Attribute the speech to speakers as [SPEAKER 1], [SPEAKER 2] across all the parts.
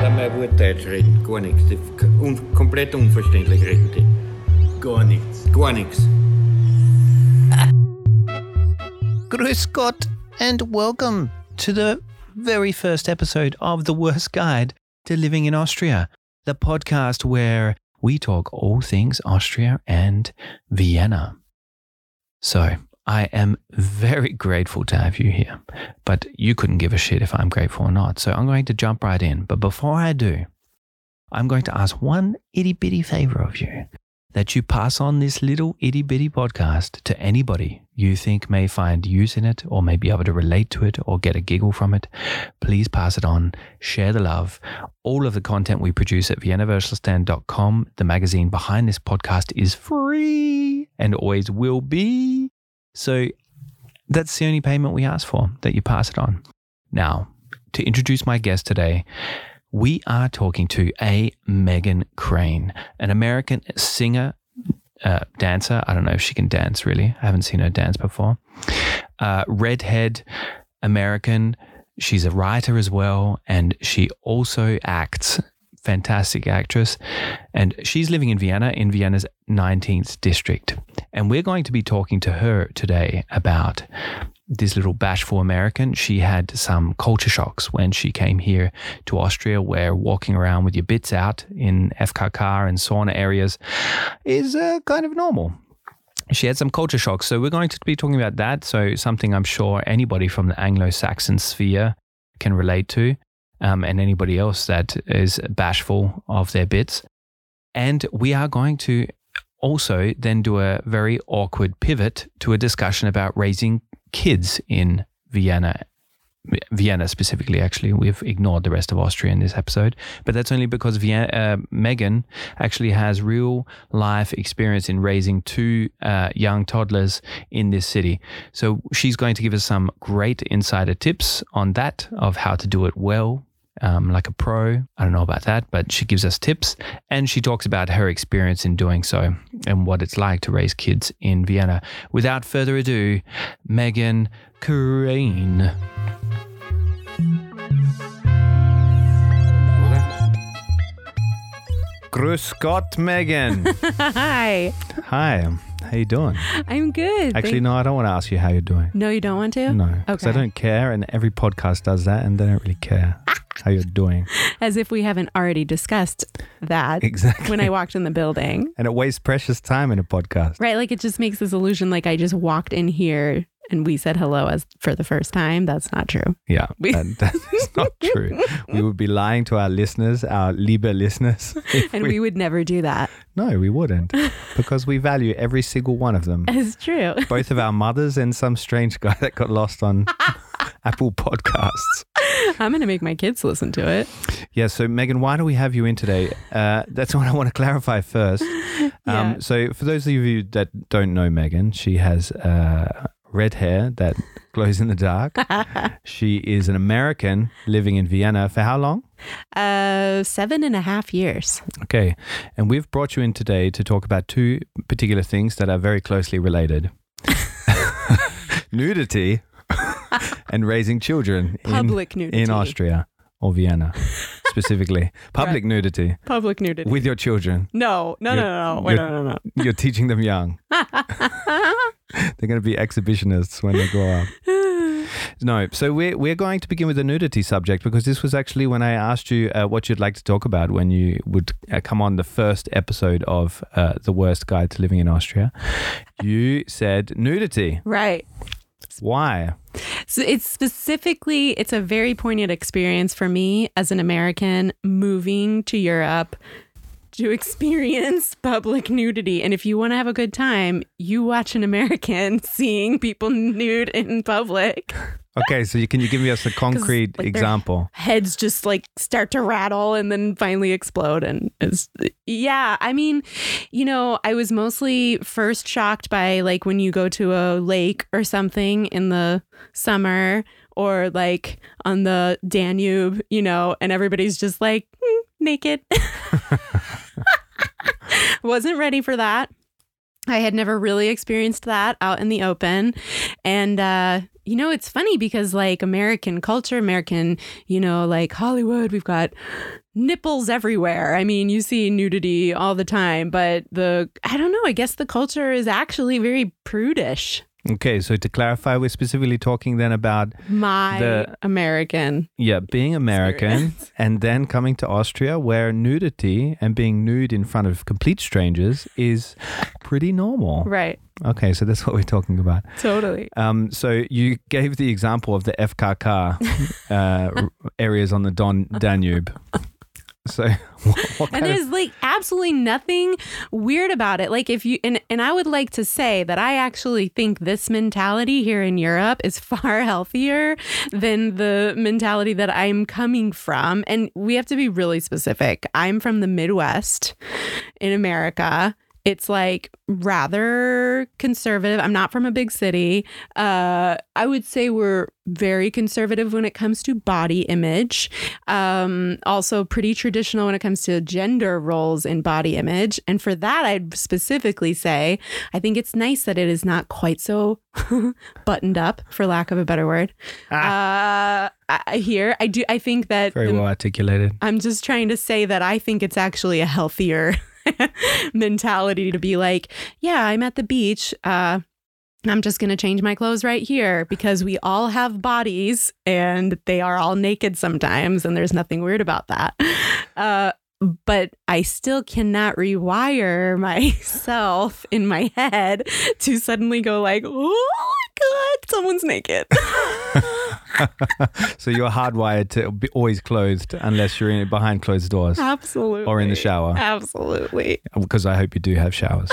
[SPEAKER 1] Lass mal ein Wort Deutsch reden, gar nichts. Die k- Un komplett unverständlich reden die.
[SPEAKER 2] Gar nichts.
[SPEAKER 1] Gar nichts.
[SPEAKER 3] Grüß Gott and welcome to the very first episode of The Worst Guide to Living in Austria, the podcast where we talk all things Austria and Vienna. So, I am very grateful to have you here, but you couldn't give a shit if I'm grateful or not. So, I'm going to jump right in. But before I do, I'm going to ask one itty bitty favor of you that you pass on this little itty bitty podcast to anybody you think may find use in it or may be able to relate to it or get a giggle from it. Please pass it on, share the love. All of the content we produce at viennaversalstand.com, the magazine behind this podcast, is free and always will be. So that's the only payment we ask for that you pass it on. Now, to introduce my guest today, we are talking to a Megan Crane, an American singer, uh, dancer. I don't know if she can dance really. I haven't seen her dance before. Uh, redhead American. She's a writer as well, and she also acts. Fantastic actress. And she's living in Vienna, in Vienna's 19th district. And we're going to be talking to her today about this little bashful American, she had some culture shocks when she came here to Austria, where walking around with your bits out in FKK and sauna areas is uh, kind of normal. She had some culture shocks. So we're going to be talking about that. So something I'm sure anybody from the Anglo-Saxon sphere can relate to, um, and anybody else that is bashful of their bits. And we are going to also then do a very awkward pivot to a discussion about raising kids in Vienna. Vienna specifically, actually, we've ignored the rest of Austria in this episode, but that's only because Vien- uh, Megan actually has real life experience in raising two uh, young toddlers in this city. So she's going to give us some great insider tips on that of how to do it well, um, like a pro. I don't know about that, but she gives us tips and she talks about her experience in doing so and what it's like to raise kids in Vienna. Without further ado, Megan Crane.
[SPEAKER 1] Oder?
[SPEAKER 3] Grüß Gott, Megan.
[SPEAKER 4] Hi,
[SPEAKER 3] Hi, how you doing?
[SPEAKER 4] I'm good.
[SPEAKER 3] Actually,
[SPEAKER 4] Thank-
[SPEAKER 3] no, I don't want to ask you how you're doing.
[SPEAKER 4] no, you don't want to.
[SPEAKER 3] No, because
[SPEAKER 4] Okay.
[SPEAKER 3] I don't care, and every podcast does that, and they don't really care how you're doing.
[SPEAKER 4] As if we haven't already discussed that
[SPEAKER 3] Exactly.
[SPEAKER 4] when I walked in the building,
[SPEAKER 3] and it wastes precious time in a podcast.
[SPEAKER 4] right? Like it just makes this illusion like I just walked in here and we said hello as for the first time. That's not true.
[SPEAKER 3] Yeah,
[SPEAKER 4] We-
[SPEAKER 3] that, that is not true. we would be lying to our listeners, our Liebe listeners. if
[SPEAKER 4] And we, would never do that.
[SPEAKER 3] No, we wouldn't, because we value every single one of them.
[SPEAKER 4] It's true.
[SPEAKER 3] Both of our mothers and some strange guy that got lost on Apple Podcasts.
[SPEAKER 4] I'm gonna make my kids listen to it.
[SPEAKER 3] Yeah, so Megan, why do we have you in today? Uh, that's what I want to clarify first. Um,
[SPEAKER 4] Yeah.
[SPEAKER 3] So, for those of you that don't know Megan, she has uh, red hair that glows in the dark. she is an American living in Vienna for how long?
[SPEAKER 4] Uh, seven and a half years.
[SPEAKER 3] Okay. And we've brought you in today to talk about two particular things that are very closely related nudity and raising children in,
[SPEAKER 4] Public nudity.
[SPEAKER 3] in Austria or Vienna specifically. Public nudity
[SPEAKER 4] Public nudity.
[SPEAKER 3] with your children.
[SPEAKER 4] no, no, no,
[SPEAKER 3] You're-
[SPEAKER 4] no, no. Wait,
[SPEAKER 3] you're-
[SPEAKER 4] no, no, no.
[SPEAKER 3] You're teaching them young. They're going to be exhibitionists when they grow up. No, so we're, we're going to begin with the nudity subject because this was actually when I asked you uh, what you'd like to talk about when you would uh, come on the first episode of uh, The Worst Guide to Living in Austria. You said nudity.
[SPEAKER 4] Right.
[SPEAKER 3] Why?
[SPEAKER 4] So it's specifically it's a very poignant experience for me as an American moving to Europe to experience public nudity. And if you want to have a good time, you watch an American seeing people nude in public.
[SPEAKER 3] Okay, so you, can you give me us a concrete
[SPEAKER 4] like, they're-
[SPEAKER 3] example?
[SPEAKER 4] Heads just like start to rattle and then finally explode and it's yeah, I mean, you know, I was mostly first shocked by like when you go to a lake or something in the summer or like on the Danube, you know, and everybody's just like "Mm, naked. Wasn't ready for that. I had never really experienced that out in the open. And, uh, you know, it's funny because like American culture, American, you know, like Hollywood, we've got nipples everywhere. I mean, you see nudity all the time, but the, I don't know, I guess the culture is actually very prudish.
[SPEAKER 2] Okay, so to clarify, we're specifically talking then about
[SPEAKER 4] My
[SPEAKER 2] The-
[SPEAKER 4] American.
[SPEAKER 2] yeah, being American and then coming to Austria where nudity and being nude in front of complete strangers is pretty normal.
[SPEAKER 4] Right.
[SPEAKER 2] Okay, so that's what we're talking about.
[SPEAKER 4] Totally.
[SPEAKER 2] Um, so you gave the example of the FKK uh, r- areas on the Don Danube. So what, what
[SPEAKER 4] And
[SPEAKER 2] kind of
[SPEAKER 4] there's like absolutely nothing weird about it. Like if you and and I would like to say that I actually think this mentality here in Europe is far healthier than the mentality that I'm coming from. And we have to be really specific. I'm from the Midwest in America. It's like rather conservative. I'm not from a big city. Uh, I would say we're very conservative when it comes to body image. Um, also, pretty traditional when it comes to gender roles in body image. And for that, I'd specifically say I think it's nice that it is not quite so buttoned up, for lack of a better word. Uh, I- I, here, I do. I think that
[SPEAKER 2] very
[SPEAKER 4] the-
[SPEAKER 2] well articulated?
[SPEAKER 4] I'm just trying to say that I think it's actually a healthier mentality to be like, yeah, I'm at the beach. Uh, I'm just going to change my clothes right here because we all have bodies and they are all naked sometimes, and there's nothing weird about that. Uh, but I still cannot rewire myself in my head to suddenly go like, oh my god, someone's naked.
[SPEAKER 2] so you're hardwired to be always clothed unless you're in behind closed doors
[SPEAKER 4] Absolutely.
[SPEAKER 2] or in the shower
[SPEAKER 4] Absolutely.
[SPEAKER 2] because I hope you do have showers.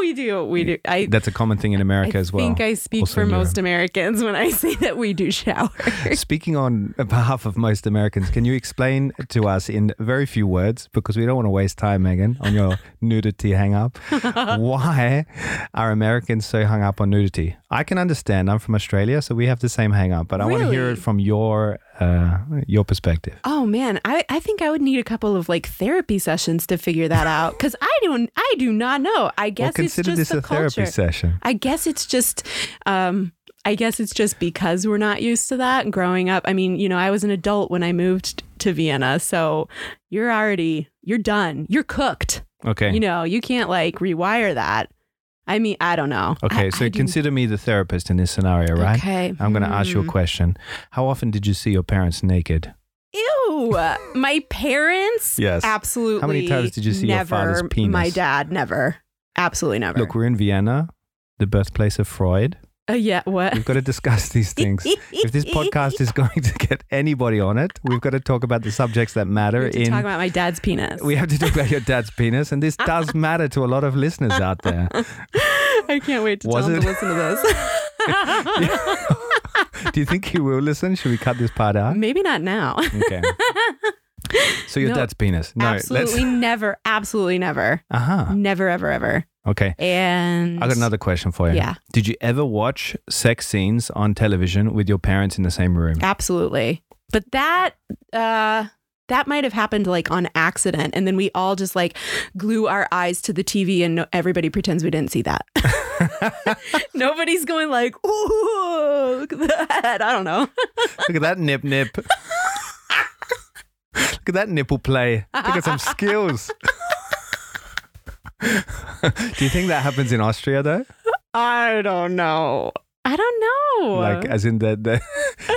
[SPEAKER 4] we do. We do. I
[SPEAKER 2] That's a common thing in America
[SPEAKER 4] I
[SPEAKER 2] as well.
[SPEAKER 4] think I speak
[SPEAKER 2] Also
[SPEAKER 4] for
[SPEAKER 2] in
[SPEAKER 4] most Americans when I say that we do shower.
[SPEAKER 2] Speaking on behalf of most Americans, can you explain to us in very few words, because we don't want to waste time, Megan, on your nudity hang up, why are Americans so hung up on nudity? I can understand. I'm from Australia, so we have the same hang up, but I want to hear
[SPEAKER 4] Really?
[SPEAKER 2] it from your uh, your perspective.
[SPEAKER 4] oh man, I, I think I would need a couple of like therapy sessions to figure that out because I don't I do not know. I guess
[SPEAKER 2] well, consider
[SPEAKER 4] it's just
[SPEAKER 2] this
[SPEAKER 4] the
[SPEAKER 2] a
[SPEAKER 4] culture.
[SPEAKER 2] therapy session.
[SPEAKER 4] I guess it's just um I guess it's just because we're not used to that growing up. I mean, you know, I was an adult when I moved to Vienna, so you're already you're done. You're cooked.
[SPEAKER 2] Okay.
[SPEAKER 4] You know, you can't like rewire that. I mean, I don't know.
[SPEAKER 2] okay,
[SPEAKER 4] I-
[SPEAKER 2] so
[SPEAKER 4] I do-
[SPEAKER 2] consider me the therapist in this scenario, right?
[SPEAKER 4] Okay.
[SPEAKER 2] I'm going to ask you a
[SPEAKER 4] Hmm.
[SPEAKER 2] question. How often did you see your parents naked?
[SPEAKER 4] Ew. My parents?
[SPEAKER 2] Yes.
[SPEAKER 4] Absolutely.
[SPEAKER 2] How many times did you see your father's
[SPEAKER 4] never.
[SPEAKER 2] penis?
[SPEAKER 4] My dad, never. Absolutely never.
[SPEAKER 2] Look, we're in Vienna, the birthplace of Freud.
[SPEAKER 4] uh, yeah, what?
[SPEAKER 2] We've got to discuss these things. if this podcast is going to get anybody on it, we've got to talk about the subjects that matter.
[SPEAKER 4] we have to
[SPEAKER 2] in
[SPEAKER 4] talk about my dad's penis.
[SPEAKER 2] we have to talk about your dad's penis, and this does matter to a lot of listeners out there.
[SPEAKER 4] I can't wait to
[SPEAKER 2] Was
[SPEAKER 4] tell him
[SPEAKER 2] it-
[SPEAKER 4] to listen to this.
[SPEAKER 2] Do you think he will listen? Should we cut this part out?
[SPEAKER 4] Maybe not now.
[SPEAKER 2] Okay. So your
[SPEAKER 4] No,
[SPEAKER 2] dad's penis? No,
[SPEAKER 4] absolutely never. Absolutely never.
[SPEAKER 2] Uh huh.
[SPEAKER 4] Never, ever, ever.
[SPEAKER 2] Okay.
[SPEAKER 4] And
[SPEAKER 2] I got another question for you.
[SPEAKER 4] Yeah.
[SPEAKER 2] Did you ever watch sex scenes on television with your parents in the same room?
[SPEAKER 4] Absolutely. But that uh that might have happened like on accident and then we all just like glue our eyes to the TV and no- everybody pretends we didn't see that. Nobody's going like, "Ooh, look at that." I don't know.
[SPEAKER 2] Look at that nip nip. Look at that nipple play. Look at some skills. Do you think that happens in Austria though?
[SPEAKER 4] I don't know. I don't know.
[SPEAKER 2] Like, as in that they're,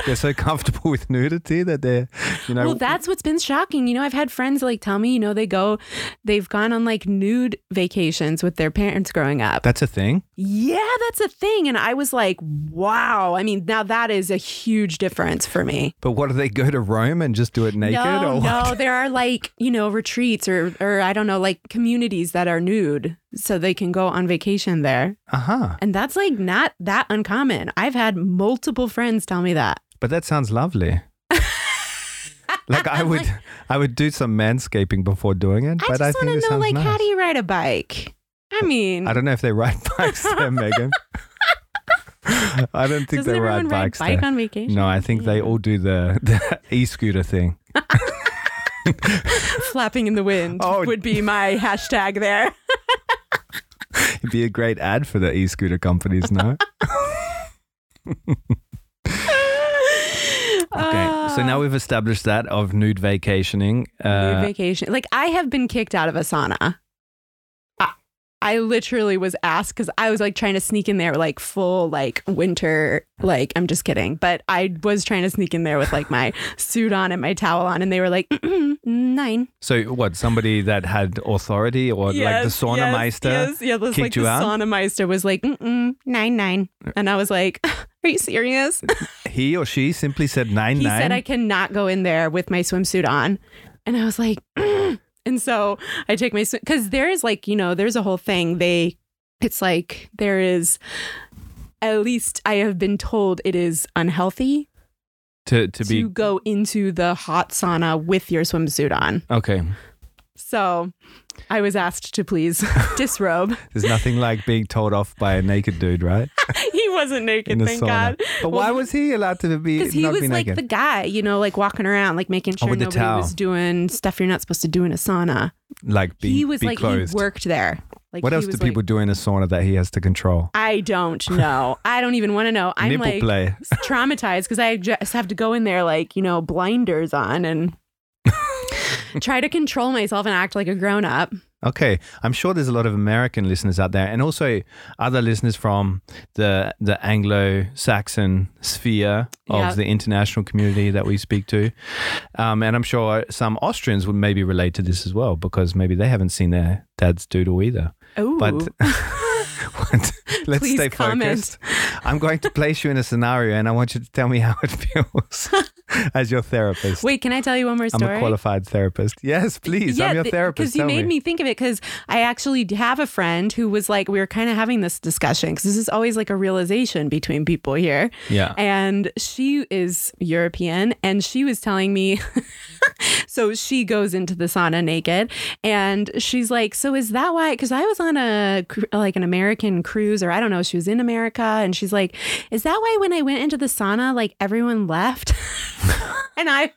[SPEAKER 2] they're so comfortable with nudity that they're, you know,
[SPEAKER 4] well, that's what's been shocking. You know, I've had friends like tell me, you know, they go, they've gone on like nude vacations with their parents growing up.
[SPEAKER 2] that's a thing.
[SPEAKER 4] Yeah, that's a thing. And I was like, wow. I mean, now that is a huge difference for me.
[SPEAKER 2] But what do they go to Rome and just do it naked?
[SPEAKER 4] no,
[SPEAKER 2] or what?
[SPEAKER 4] no, there are like, you know, retreats or, or I don't know, like communities that are nude so they can go on vacation there.
[SPEAKER 2] Uh huh.
[SPEAKER 4] And that's like not that uncommon. I've had multiple friends tell me that.
[SPEAKER 2] But that sounds lovely. like I would, I would do some manscaping before doing it.
[SPEAKER 4] I
[SPEAKER 2] but I
[SPEAKER 4] just
[SPEAKER 2] think
[SPEAKER 4] want
[SPEAKER 2] it
[SPEAKER 4] to know,
[SPEAKER 2] sounds
[SPEAKER 4] like,
[SPEAKER 2] nice.
[SPEAKER 4] how do you ride a bike? I mean,
[SPEAKER 2] I don't know if they ride bikes there, Megan. I don't think
[SPEAKER 4] doesn't
[SPEAKER 2] they
[SPEAKER 4] everyone
[SPEAKER 2] ride
[SPEAKER 4] ride
[SPEAKER 2] bikes
[SPEAKER 4] bike
[SPEAKER 2] there.
[SPEAKER 4] on vacation?
[SPEAKER 2] no, I think they all do the, the e-scooter thing.
[SPEAKER 4] Flapping in the wind
[SPEAKER 2] Oh.
[SPEAKER 4] would be my hashtag there.
[SPEAKER 2] It'd be a great ad for the e-scooter companies, no? Okay, so now we've established that of nude vacationing.
[SPEAKER 4] Ah. Nude
[SPEAKER 2] Uh,
[SPEAKER 4] vacation. Like I have been kicked out of a sauna. I, I literally was asked because I was like trying to sneak in there like full like winter like I'm just kidding, but I was trying to sneak in there with like my suit on and my towel on, and they were like nine.
[SPEAKER 2] so what? Somebody that had authority or like the sauna meister?
[SPEAKER 4] Yes, yeah, this,
[SPEAKER 2] kicked
[SPEAKER 4] like
[SPEAKER 2] you
[SPEAKER 4] the
[SPEAKER 2] out?
[SPEAKER 4] sauna meister was like Mm-mm, nine nine, and I was like, are you serious?
[SPEAKER 2] He or she simply said nine
[SPEAKER 4] he
[SPEAKER 2] nine.
[SPEAKER 4] said I cannot go in there with my swimsuit on. And I was like, "Mm." and so I take my swim because there is like, you know, there's a whole thing. They, it's like there is, at least I have been told it is unhealthy
[SPEAKER 2] to to
[SPEAKER 4] to,
[SPEAKER 2] be
[SPEAKER 4] go into the hot sauna with your swimsuit on.
[SPEAKER 2] okay.
[SPEAKER 4] So I was asked to please disrobe.
[SPEAKER 2] There's nothing like being told off by a naked dude, right?
[SPEAKER 4] he wasn't naked,
[SPEAKER 2] In the
[SPEAKER 4] thank
[SPEAKER 2] sauna.
[SPEAKER 4] God.
[SPEAKER 2] But
[SPEAKER 4] Well,
[SPEAKER 2] why was he allowed to be?
[SPEAKER 4] Because he
[SPEAKER 2] not
[SPEAKER 4] was
[SPEAKER 2] be
[SPEAKER 4] like
[SPEAKER 2] naked? Oh,
[SPEAKER 4] the guy, you know, like walking around, like making sure
[SPEAKER 2] with the
[SPEAKER 4] nobody
[SPEAKER 2] towel.
[SPEAKER 4] was doing stuff you're not supposed to do in a sauna.
[SPEAKER 2] like be,
[SPEAKER 4] he was
[SPEAKER 2] be
[SPEAKER 4] like
[SPEAKER 2] clothed.
[SPEAKER 4] he worked there. Like
[SPEAKER 2] what
[SPEAKER 4] he
[SPEAKER 2] else do
[SPEAKER 4] was
[SPEAKER 2] people
[SPEAKER 4] Like,
[SPEAKER 2] do in a sauna that he has to control?
[SPEAKER 4] I don't know. I don't even want to know. I'm
[SPEAKER 2] Nipple
[SPEAKER 4] like
[SPEAKER 2] play.
[SPEAKER 4] traumatized because I just have to go in there like you know blinders on and try to control myself and act like a grown up.
[SPEAKER 2] Okay, I'm sure there's a lot of American listeners out there, and also other listeners from the the Anglo-Saxon sphere of
[SPEAKER 4] Yeah.
[SPEAKER 2] the international community that we speak to, um, and I'm sure some Austrians would maybe relate to this as well because maybe they haven't seen their dad's doodle either.
[SPEAKER 4] Oh,
[SPEAKER 2] But what- let's
[SPEAKER 4] Please
[SPEAKER 2] stay
[SPEAKER 4] comment.
[SPEAKER 2] focused. I'm going to place you in a scenario, and I want you to tell me how it feels as your therapist.
[SPEAKER 4] wait, can I tell you one more
[SPEAKER 2] I'm
[SPEAKER 4] story?
[SPEAKER 2] a qualified therapist. Yes, please. I'm your therapist.
[SPEAKER 4] Because you
[SPEAKER 2] Tell
[SPEAKER 4] made me. think of it. Because I actually have a friend who was like, we were kind of having this discussion because this is always like a realization between people here.
[SPEAKER 2] Yeah.
[SPEAKER 4] And she is European, and she was telling me. so she goes into the sauna naked, and she's like, "So is that why?" Because I was on a cru- like an American cruise, or I don't know, she was in America, and she's like, "Is that why when I went into the sauna, like everyone left?" and I,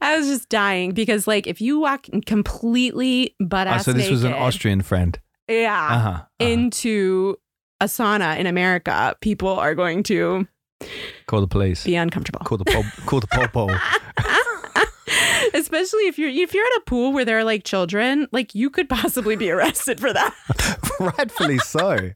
[SPEAKER 4] I was just dying because like if you walk completely butt
[SPEAKER 2] Ah,
[SPEAKER 4] ass
[SPEAKER 2] so this was an
[SPEAKER 4] naked-
[SPEAKER 2] Austrian friend.
[SPEAKER 4] yeah,
[SPEAKER 2] Uh huh.
[SPEAKER 4] into a sauna in America, people are going to
[SPEAKER 2] Call the police.
[SPEAKER 4] be uncomfortable.
[SPEAKER 2] Call the pop. Call the popo.
[SPEAKER 4] Especially if you're if you're at a pool where there are like children, like you could possibly be arrested for that.
[SPEAKER 2] Rightfully so.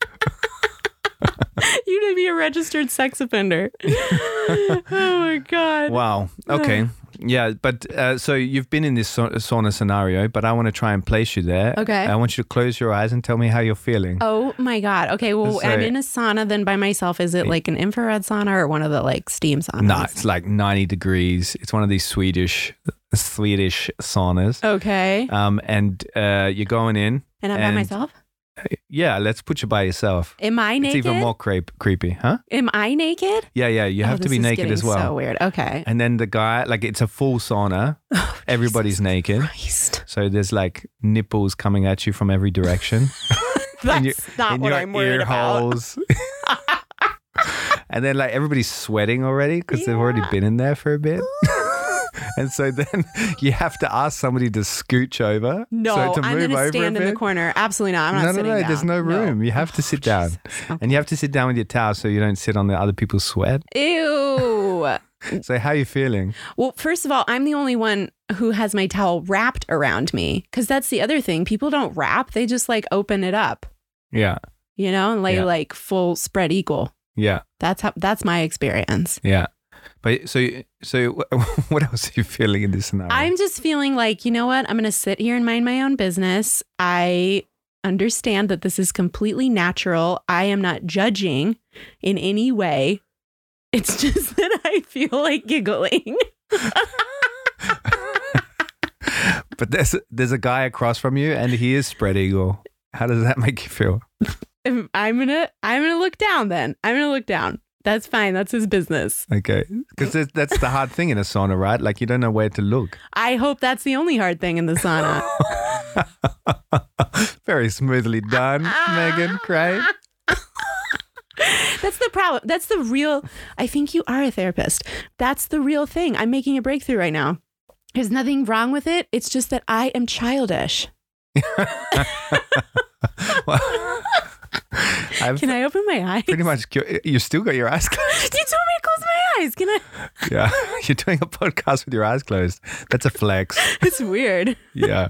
[SPEAKER 4] You'd be a registered sex offender. oh my god.
[SPEAKER 2] Wow. Okay. Yeah, but uh, so you've been in this sa- sauna scenario, but I want to try and place you there.
[SPEAKER 4] Okay.
[SPEAKER 2] I want you to close your eyes and tell me how you're feeling.
[SPEAKER 4] Oh my god. Okay, well
[SPEAKER 2] So-
[SPEAKER 4] I'm in a sauna then by myself. Is it like an infrared sauna or one of the like steam saunas?
[SPEAKER 2] No, it's like 90 degrees. It's one of these Swedish Swedish saunas.
[SPEAKER 4] Okay.
[SPEAKER 2] Um, and uh, you're going in.
[SPEAKER 4] And I'm
[SPEAKER 2] and-
[SPEAKER 4] by myself?
[SPEAKER 2] Yeah, let's put you by yourself.
[SPEAKER 4] Am I naked?
[SPEAKER 2] It's even more creep- creepy, huh?
[SPEAKER 4] Am I naked?
[SPEAKER 2] Yeah, yeah. You
[SPEAKER 4] Oh,
[SPEAKER 2] have to
[SPEAKER 4] this
[SPEAKER 2] be
[SPEAKER 4] is
[SPEAKER 2] naked
[SPEAKER 4] getting
[SPEAKER 2] as well.
[SPEAKER 4] So weird. Okay.
[SPEAKER 2] And then the guy, like, it's a full sauna. Everybody's naked.
[SPEAKER 4] Christ.
[SPEAKER 2] So there's like nipples coming at you from every direction.
[SPEAKER 4] That's
[SPEAKER 2] And you-
[SPEAKER 4] not
[SPEAKER 2] in
[SPEAKER 4] what
[SPEAKER 2] your
[SPEAKER 4] I'm worried
[SPEAKER 2] ear
[SPEAKER 4] about.
[SPEAKER 2] holes. and then like everybody's sweating already because they've already
[SPEAKER 4] Yeah.
[SPEAKER 2] been in there for a bit. and so then you have to ask somebody to scooch over.
[SPEAKER 4] No,
[SPEAKER 2] so to
[SPEAKER 4] I'm
[SPEAKER 2] move
[SPEAKER 4] gonna
[SPEAKER 2] over
[SPEAKER 4] stand
[SPEAKER 2] a
[SPEAKER 4] in
[SPEAKER 2] bit.
[SPEAKER 4] the corner. Absolutely not. I'm not
[SPEAKER 2] no, no,
[SPEAKER 4] sitting
[SPEAKER 2] no. There's
[SPEAKER 4] down.
[SPEAKER 2] no room. You have to sit down, and you have to sit down with your towel so you don't sit on the other people's sweat.
[SPEAKER 4] Ew.
[SPEAKER 2] So how you feeling?
[SPEAKER 4] Well, first of all, I'm the only one who has my towel wrapped around me because that's the other thing. People don't wrap; they just like open it up,
[SPEAKER 2] Yeah,
[SPEAKER 4] you know, and lay
[SPEAKER 2] Yeah.
[SPEAKER 4] like full spread eagle.
[SPEAKER 2] yeah,
[SPEAKER 4] That's how. That's my experience.
[SPEAKER 2] yeah. But so so wh- what else are you feeling in this scenario?
[SPEAKER 4] I'm just feeling like, you know what? I'm going to sit here and mind my own business. I understand that this is completely natural. I am not judging in any way. It's just that I feel like giggling.
[SPEAKER 2] But there's there's a guy across from you, and he is spread eagle. How does that make you feel?
[SPEAKER 4] If I'm going to I'm going to look down then. I'm going to look down. That's fine. That's his business.
[SPEAKER 2] Okay, because that's the hard thing in a sauna, right? Like you don't know where to look.
[SPEAKER 4] I hope that's the only hard thing in the sauna.
[SPEAKER 2] Very smoothly done, Megan. Great.
[SPEAKER 4] That's the problem. That's the real. I think you are a therapist. That's the real thing. I'm making a breakthrough right now. There's nothing wrong with it. It's just that I am childish.
[SPEAKER 2] I've
[SPEAKER 4] Can I open my eyes?
[SPEAKER 2] pretty much. You still got your eyes closed.
[SPEAKER 4] you told me to close my eyes. Can I?
[SPEAKER 2] Yeah. You're doing a podcast with your eyes closed. That's a flex.
[SPEAKER 4] It's weird.
[SPEAKER 2] yeah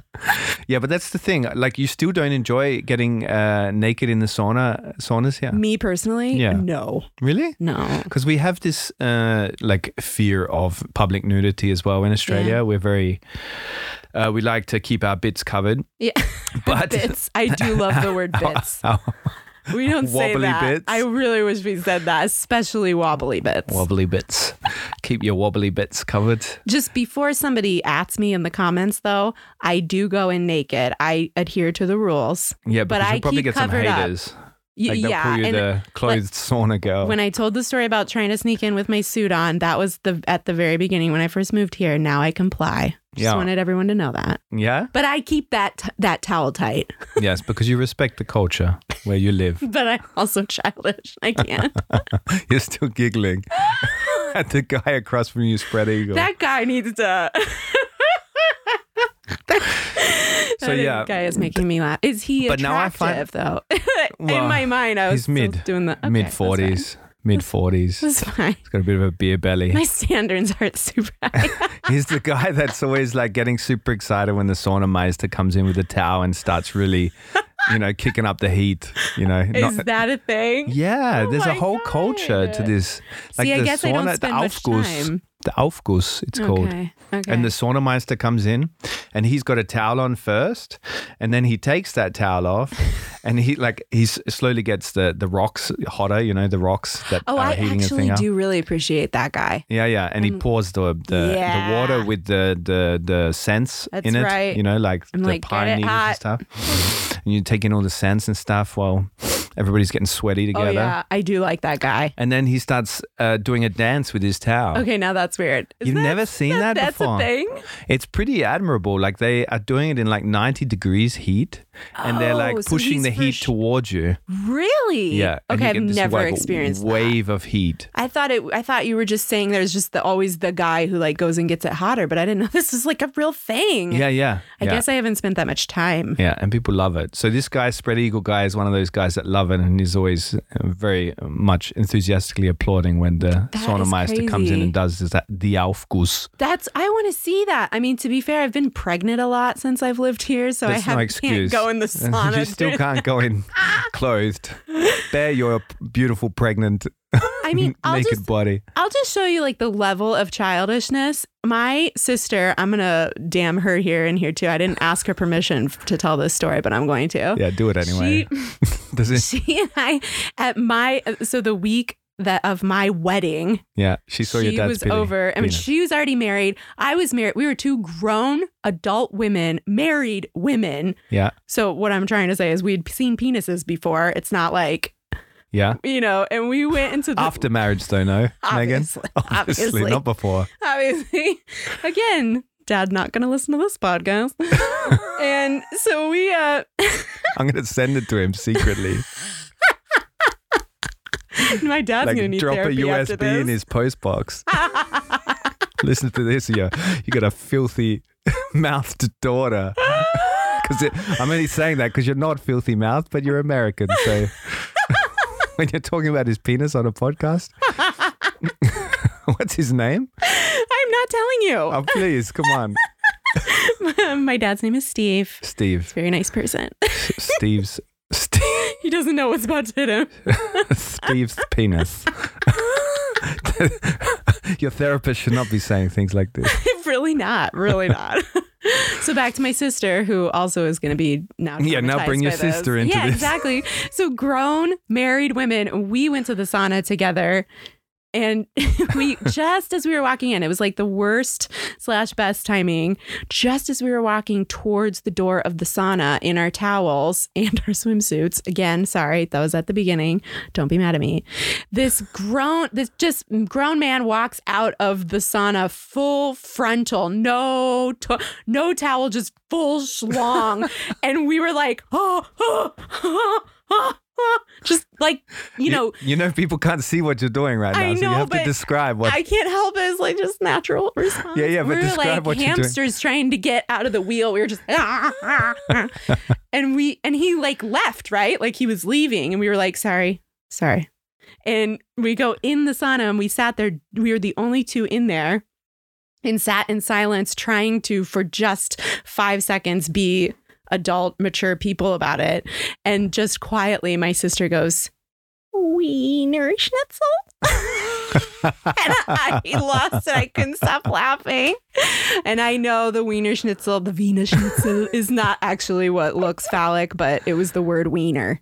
[SPEAKER 2] yeah but that's the thing like you still don't enjoy getting uh naked in the sauna saunas here
[SPEAKER 4] Me personally,
[SPEAKER 2] Yeah.
[SPEAKER 4] no,
[SPEAKER 2] really
[SPEAKER 4] no.
[SPEAKER 2] because we have this uh like fear of public nudity as well in australia we're very uh, we like to keep our bits covered
[SPEAKER 4] Yeah,
[SPEAKER 2] But-
[SPEAKER 4] bits. I do love the word bits. We don't say
[SPEAKER 2] Wobbly
[SPEAKER 4] that.
[SPEAKER 2] bits?
[SPEAKER 4] I really wish we said that, especially wobbly bits.
[SPEAKER 2] wobbly bits keep your wobbly bits covered
[SPEAKER 4] Just before somebody asks me in the comments, though, I do go in naked. I adhere to the rules.
[SPEAKER 2] yeah
[SPEAKER 4] But
[SPEAKER 2] because
[SPEAKER 4] I
[SPEAKER 2] you'll probably
[SPEAKER 4] keep
[SPEAKER 2] get some
[SPEAKER 4] covered up.
[SPEAKER 2] haters
[SPEAKER 4] Y-
[SPEAKER 2] like they'll
[SPEAKER 4] yeah,
[SPEAKER 2] call you
[SPEAKER 4] and
[SPEAKER 2] the clothed sauna girl
[SPEAKER 4] when I told the story about trying to sneak in with my suit on, that was the at the very beginning when I first moved here. Now I comply. Just
[SPEAKER 2] Yeah.
[SPEAKER 4] wanted everyone to know that.
[SPEAKER 2] yeah
[SPEAKER 4] But I keep that t- that towel tight.
[SPEAKER 2] yes because you respect the culture where you live
[SPEAKER 4] But I'm also childish. I can't.
[SPEAKER 2] you're still giggling at the guy across from you spread eagle
[SPEAKER 4] that guy needs to.
[SPEAKER 2] So,
[SPEAKER 4] That
[SPEAKER 2] yeah.
[SPEAKER 4] guy is making me laugh. Is he
[SPEAKER 2] But
[SPEAKER 4] attractive
[SPEAKER 2] now I find-
[SPEAKER 4] though?
[SPEAKER 2] Well,
[SPEAKER 4] In my mind, I was
[SPEAKER 2] he's mid-
[SPEAKER 4] still doing the okay,
[SPEAKER 2] mid
[SPEAKER 4] that's fine.
[SPEAKER 2] forties, mid forties. He's
[SPEAKER 4] That's fine.
[SPEAKER 2] got a bit of a beer belly.
[SPEAKER 4] My standards aren't super high.
[SPEAKER 2] He's the guy that's always like getting super excited when the sauna meister comes in with a towel and starts really, you know, kicking up the heat. You know,
[SPEAKER 4] is
[SPEAKER 2] Not-
[SPEAKER 4] that a thing?
[SPEAKER 2] yeah.
[SPEAKER 4] Oh
[SPEAKER 2] there's a
[SPEAKER 4] my
[SPEAKER 2] whole culture to
[SPEAKER 4] God.
[SPEAKER 2] this. Like
[SPEAKER 4] See, I
[SPEAKER 2] the
[SPEAKER 4] guess
[SPEAKER 2] sauna,
[SPEAKER 4] I don't
[SPEAKER 2] the
[SPEAKER 4] spend much
[SPEAKER 2] Aufguss,
[SPEAKER 4] time.
[SPEAKER 2] the Aufguss, it's called.
[SPEAKER 4] Okay. Okay.
[SPEAKER 2] And the sauna meister comes in and he's got a towel on first and then he takes that towel off and he like he s- slowly gets the the rocks hotter, you know, the rocks that
[SPEAKER 4] oh,
[SPEAKER 2] are
[SPEAKER 4] I
[SPEAKER 2] heating a
[SPEAKER 4] actually
[SPEAKER 2] thing up.
[SPEAKER 4] do really appreciate that guy.
[SPEAKER 2] Yeah, yeah, and he pours the the, the water
[SPEAKER 4] Yeah.
[SPEAKER 2] with the the the scents
[SPEAKER 4] That's
[SPEAKER 2] in it.
[SPEAKER 4] right.
[SPEAKER 2] You know, like
[SPEAKER 4] I'm
[SPEAKER 2] the
[SPEAKER 4] like, "Get
[SPEAKER 2] pine
[SPEAKER 4] it
[SPEAKER 2] needles and
[SPEAKER 4] hot."
[SPEAKER 2] stuff. and you take in all the scents and stuff while everybody's getting sweaty together.
[SPEAKER 4] Oh yeah, I do like that guy.
[SPEAKER 2] And then he starts uh, doing a dance with his towel.
[SPEAKER 4] Okay, now that's weird. Is
[SPEAKER 2] You've
[SPEAKER 4] that-
[SPEAKER 2] never seen that,
[SPEAKER 4] that's
[SPEAKER 2] before.
[SPEAKER 4] a thing.
[SPEAKER 2] It's pretty admirable. Like they are doing it in like 90 degrees heat, and they're like
[SPEAKER 4] Oh, so
[SPEAKER 2] pushing
[SPEAKER 4] he's
[SPEAKER 2] the heat
[SPEAKER 4] push-
[SPEAKER 2] towards you.
[SPEAKER 4] Really?
[SPEAKER 2] Yeah. and
[SPEAKER 4] Okay,
[SPEAKER 2] you
[SPEAKER 4] I've
[SPEAKER 2] get this,
[SPEAKER 4] never
[SPEAKER 2] like,
[SPEAKER 4] experienced that.
[SPEAKER 2] wave of heat.
[SPEAKER 4] I thought it. I thought you were just saying there's just the, always the guy who like goes and gets it hotter, but I didn't know this was like a real thing.
[SPEAKER 2] Yeah, yeah.
[SPEAKER 4] I
[SPEAKER 2] yeah.
[SPEAKER 4] guess I haven't spent that much time.
[SPEAKER 2] Yeah, and people love it. So this guy, Spread Eagle guy, is one of those guys that love it, and he's always uh, very much enthusiastically applauding when the
[SPEAKER 4] That
[SPEAKER 2] sauna
[SPEAKER 4] is
[SPEAKER 2] meister comes in
[SPEAKER 4] crazy.
[SPEAKER 2] and does this, that the Aufguss.
[SPEAKER 4] That's I want to see that. I mean, to be fair, I've been pregnant a lot since I've lived here, so I
[SPEAKER 2] There's
[SPEAKER 4] have,
[SPEAKER 2] no
[SPEAKER 4] can't
[SPEAKER 2] excuse.
[SPEAKER 4] go in the sauna.
[SPEAKER 2] you still
[SPEAKER 4] during-
[SPEAKER 2] can't go in clothed. Bare your beautiful pregnant
[SPEAKER 4] I mean, I'll
[SPEAKER 2] naked
[SPEAKER 4] just
[SPEAKER 2] body.
[SPEAKER 4] I'll just show you like the level of childishness. My sister, I'm gonna damn her here and here too. I didn't ask her permission f- to tell this story, but I'm going to.
[SPEAKER 2] Yeah, do it anyway. Does it?
[SPEAKER 4] She and I at my so the week that of my wedding,
[SPEAKER 2] Yeah, she saw your
[SPEAKER 4] she
[SPEAKER 2] dad's
[SPEAKER 4] was
[SPEAKER 2] penis-
[SPEAKER 4] over. I mean,
[SPEAKER 2] penis.
[SPEAKER 4] she was already married. I was married. We were two grown adult women, married women.
[SPEAKER 2] yeah,
[SPEAKER 4] So what I'm trying to say is we'd seen penises before. It's not like
[SPEAKER 2] yeah.
[SPEAKER 4] you know. And we went into the
[SPEAKER 2] After marriage, though, no, Megan.
[SPEAKER 4] obviously,
[SPEAKER 2] Obviously,
[SPEAKER 4] obviously,
[SPEAKER 2] not before.
[SPEAKER 4] obviously. Again, Dad not gonna listen to this podcast. and so we uh
[SPEAKER 2] I'm gonna send it to him secretly.
[SPEAKER 4] my dad's gonna
[SPEAKER 2] like
[SPEAKER 4] need
[SPEAKER 2] drop a
[SPEAKER 4] therapy after
[SPEAKER 2] USB in
[SPEAKER 4] this.
[SPEAKER 2] his post box. Listen to this, you you got a filthy mouthed daughter. Because I'm only saying that because you're not filthy mouthed, but you're American. So when you're talking about his penis on a podcast, what's his name?
[SPEAKER 4] I'm not telling you.
[SPEAKER 2] Oh, please, come on,
[SPEAKER 4] my dad's name is Steve.
[SPEAKER 2] Steve.
[SPEAKER 4] Very nice person.
[SPEAKER 2] Steve's Steve,
[SPEAKER 4] he doesn't know what's about to hit him.
[SPEAKER 2] Steve's penis. Your therapist should not be saying things like this.
[SPEAKER 4] really not. Really not. so back to my sister, who also is going to be now.
[SPEAKER 2] Yeah, now
[SPEAKER 4] traumatized
[SPEAKER 2] bring your
[SPEAKER 4] by this.
[SPEAKER 2] sister into
[SPEAKER 4] yeah,
[SPEAKER 2] this.
[SPEAKER 4] exactly. So grown married women, we went to the sauna together. And we just as we were walking in, it was like the worst slash best timing. Just as we were walking towards the door of the sauna in our towels and our swimsuits, again, sorry, that was at the beginning. Don't be mad at me. This grown, this just grown man walks out of the sauna full frontal, no, to- no towel, just full schlong, and we were like, oh, oh, oh, oh, oh, just like you know.
[SPEAKER 2] you know, people can't see what you're doing right now,
[SPEAKER 4] I
[SPEAKER 2] so you
[SPEAKER 4] know,
[SPEAKER 2] have to
[SPEAKER 4] but
[SPEAKER 2] describe what.
[SPEAKER 4] I can't help it. It's like just natural response.
[SPEAKER 2] Yeah, yeah, but
[SPEAKER 4] we were
[SPEAKER 2] describe
[SPEAKER 4] like
[SPEAKER 2] what you're doing.
[SPEAKER 4] hamsters trying to get out of the wheel. We were just "Ah, ah, ah." and we and he like left, right? Like he was leaving, and we were like, sorry, sorry. And we go in the sauna and we sat there. We were the only two in there and sat in silence, trying to, for just five seconds, be adult, mature people about it. And just quietly, my sister goes, Wiener Schnitzel. and I lost it. I couldn't stop laughing. And I know the Wiener Schnitzel, the Wiener Schnitzel, is not actually what looks phallic, but it was the word wiener.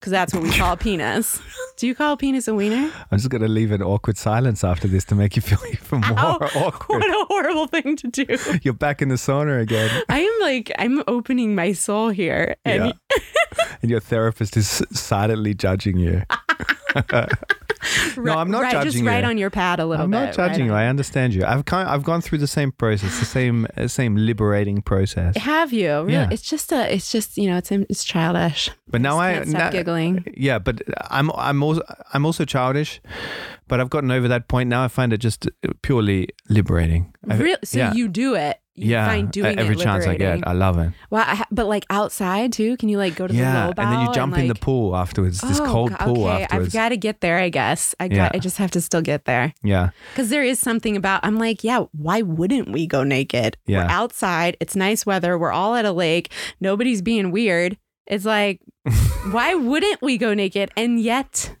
[SPEAKER 4] Because that's what we call a penis. Do you call a penis a wiener?
[SPEAKER 2] I'm just going to leave an awkward silence after this to make you feel even more
[SPEAKER 4] Ow.
[SPEAKER 2] awkward.
[SPEAKER 4] Oh, What a horrible thing to do.
[SPEAKER 2] You're back in the sauna again,
[SPEAKER 4] I am like, I'm opening my soul here. And
[SPEAKER 2] Yeah. and your therapist is silently judging you.
[SPEAKER 4] ri-
[SPEAKER 2] I'm not
[SPEAKER 4] right, Just
[SPEAKER 2] judging
[SPEAKER 4] right
[SPEAKER 2] you.
[SPEAKER 4] on your pad a little
[SPEAKER 2] I'm
[SPEAKER 4] bit.
[SPEAKER 2] not judging you.
[SPEAKER 4] right
[SPEAKER 2] I understand you. I've kind, I've gone through the same process, the same uh, same liberating process.
[SPEAKER 4] on- Have you? Really?
[SPEAKER 2] Yeah.
[SPEAKER 4] It's just a, it's just, you know, it's it's childish.
[SPEAKER 2] But now
[SPEAKER 4] Just
[SPEAKER 2] I
[SPEAKER 4] can't stop
[SPEAKER 2] now-
[SPEAKER 4] giggling.
[SPEAKER 2] Yeah, but I'm I'm also I'm also childish, but I've gotten over that point. Now I find it just purely liberating. I-
[SPEAKER 4] Really? So
[SPEAKER 2] yeah.
[SPEAKER 4] you do it. You
[SPEAKER 2] yeah,
[SPEAKER 4] find doing
[SPEAKER 2] uh, every
[SPEAKER 4] it
[SPEAKER 2] chance I
[SPEAKER 4] liberating.
[SPEAKER 2] get, I love it.
[SPEAKER 4] Wow, I ha- but like outside too? Can you like go to
[SPEAKER 2] yeah,
[SPEAKER 4] the low bow
[SPEAKER 2] and then you jump in the
[SPEAKER 4] like-
[SPEAKER 2] pool afterwards. This
[SPEAKER 4] Oh,
[SPEAKER 2] cold
[SPEAKER 4] go-
[SPEAKER 2] pool
[SPEAKER 4] okay,
[SPEAKER 2] afterwards.
[SPEAKER 4] I've got to get there, I guess. I got.
[SPEAKER 2] Yeah.
[SPEAKER 4] I just have to still get there
[SPEAKER 2] yeah,
[SPEAKER 4] because there is something about. I'm like, yeah. Why wouldn't we go naked? We're
[SPEAKER 2] Yeah.
[SPEAKER 4] outside. It's nice weather. We're all at a lake. Nobody's being weird. It's like, why wouldn't we go naked? And yet,